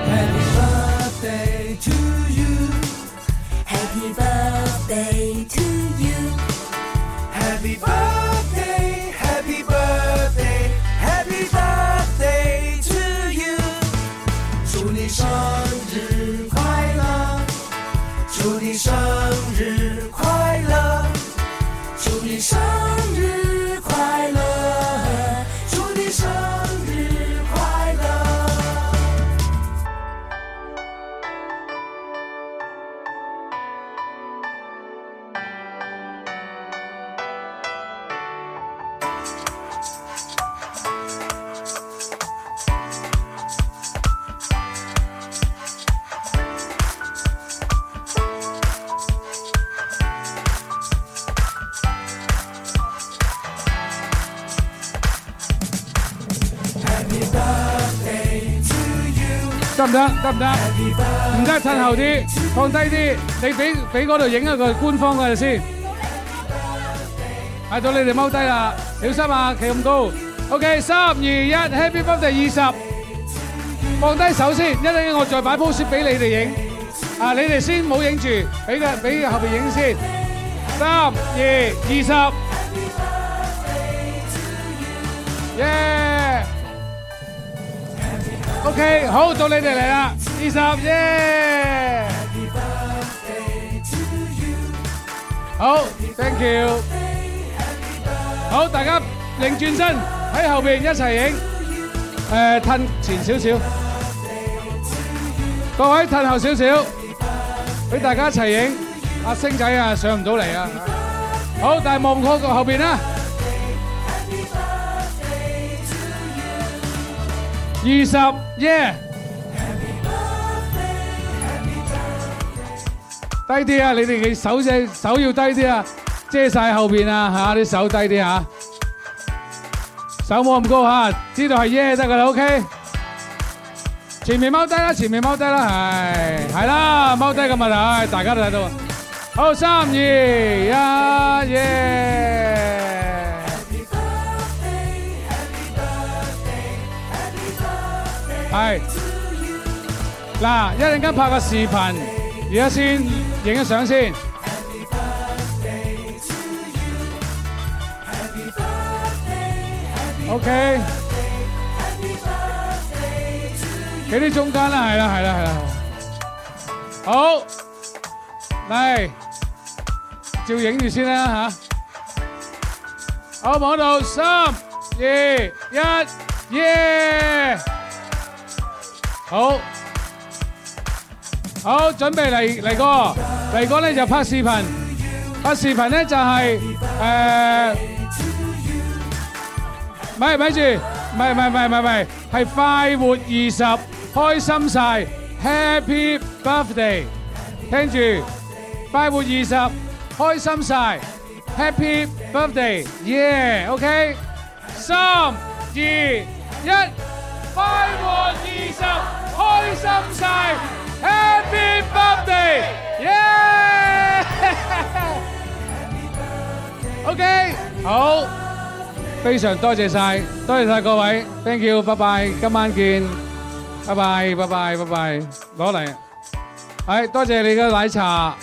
Happy birthday to you. Happy birthday to you. Happy birthday, happy birthday, happy birthday to you. 祝你生日快乐，祝你生日快乐，祝你生日快乐，祝你生日快乐。
得唔得？得唔得？唔得，褪後啲，放低啲，你俾俾嗰度影下佢官方嗰度先。嗌到你哋踎低啦，小心啊，企咁高。OK，三二一，Happy Birthday 二十，放低手先，一陣間我再擺 pose 俾你哋影。啊，你哋先冇影住，俾嘅俾後邊影先。三二二十，耶！OK，好，到你哋嚟啦，二十耶！好，thank you。好，大家擰轉身喺後邊一齊影，誒褪前少少，各位褪後少少，俾大家一齊影。阿星仔啊，上唔到嚟啊！好，但係望我個後邊啦。二十耶！低啲啊，你哋嘅手隻手要低啲啊，遮晒後邊啊嚇，啲手低啲嚇，手冇咁高嚇，知道係耶得噶啦，OK。前面踎低啦，前面踎低啦，係係啦，踎低嘅問題，唉大家都睇到啊。好，三二一耶！係嗱，一陣間拍個視頻，而家先影一相先。OK，企啲中間啦，係啦，係啦，係啦。好，嚟，照影住先啦吓。好，望到三、二、一，耶！好，好，準備嚟嚟哥，嚟哥咧就拍視頻，拍視頻咧就係、
Uh,
誒。咪咪住，咪咪咪咪咪，係快活二十，開心晒，Happy Birthday！聽住，快活二十，開心晒，Happy Birthday！Yeah，OK，三二一，快活二十，開心晒，Happy Birthday！Yeah，OK，好。非常多謝晒，多謝晒各位，thank you，拜拜，今晚見，拜拜，拜拜，拜拜，攞嚟，係多謝你嘅奶茶。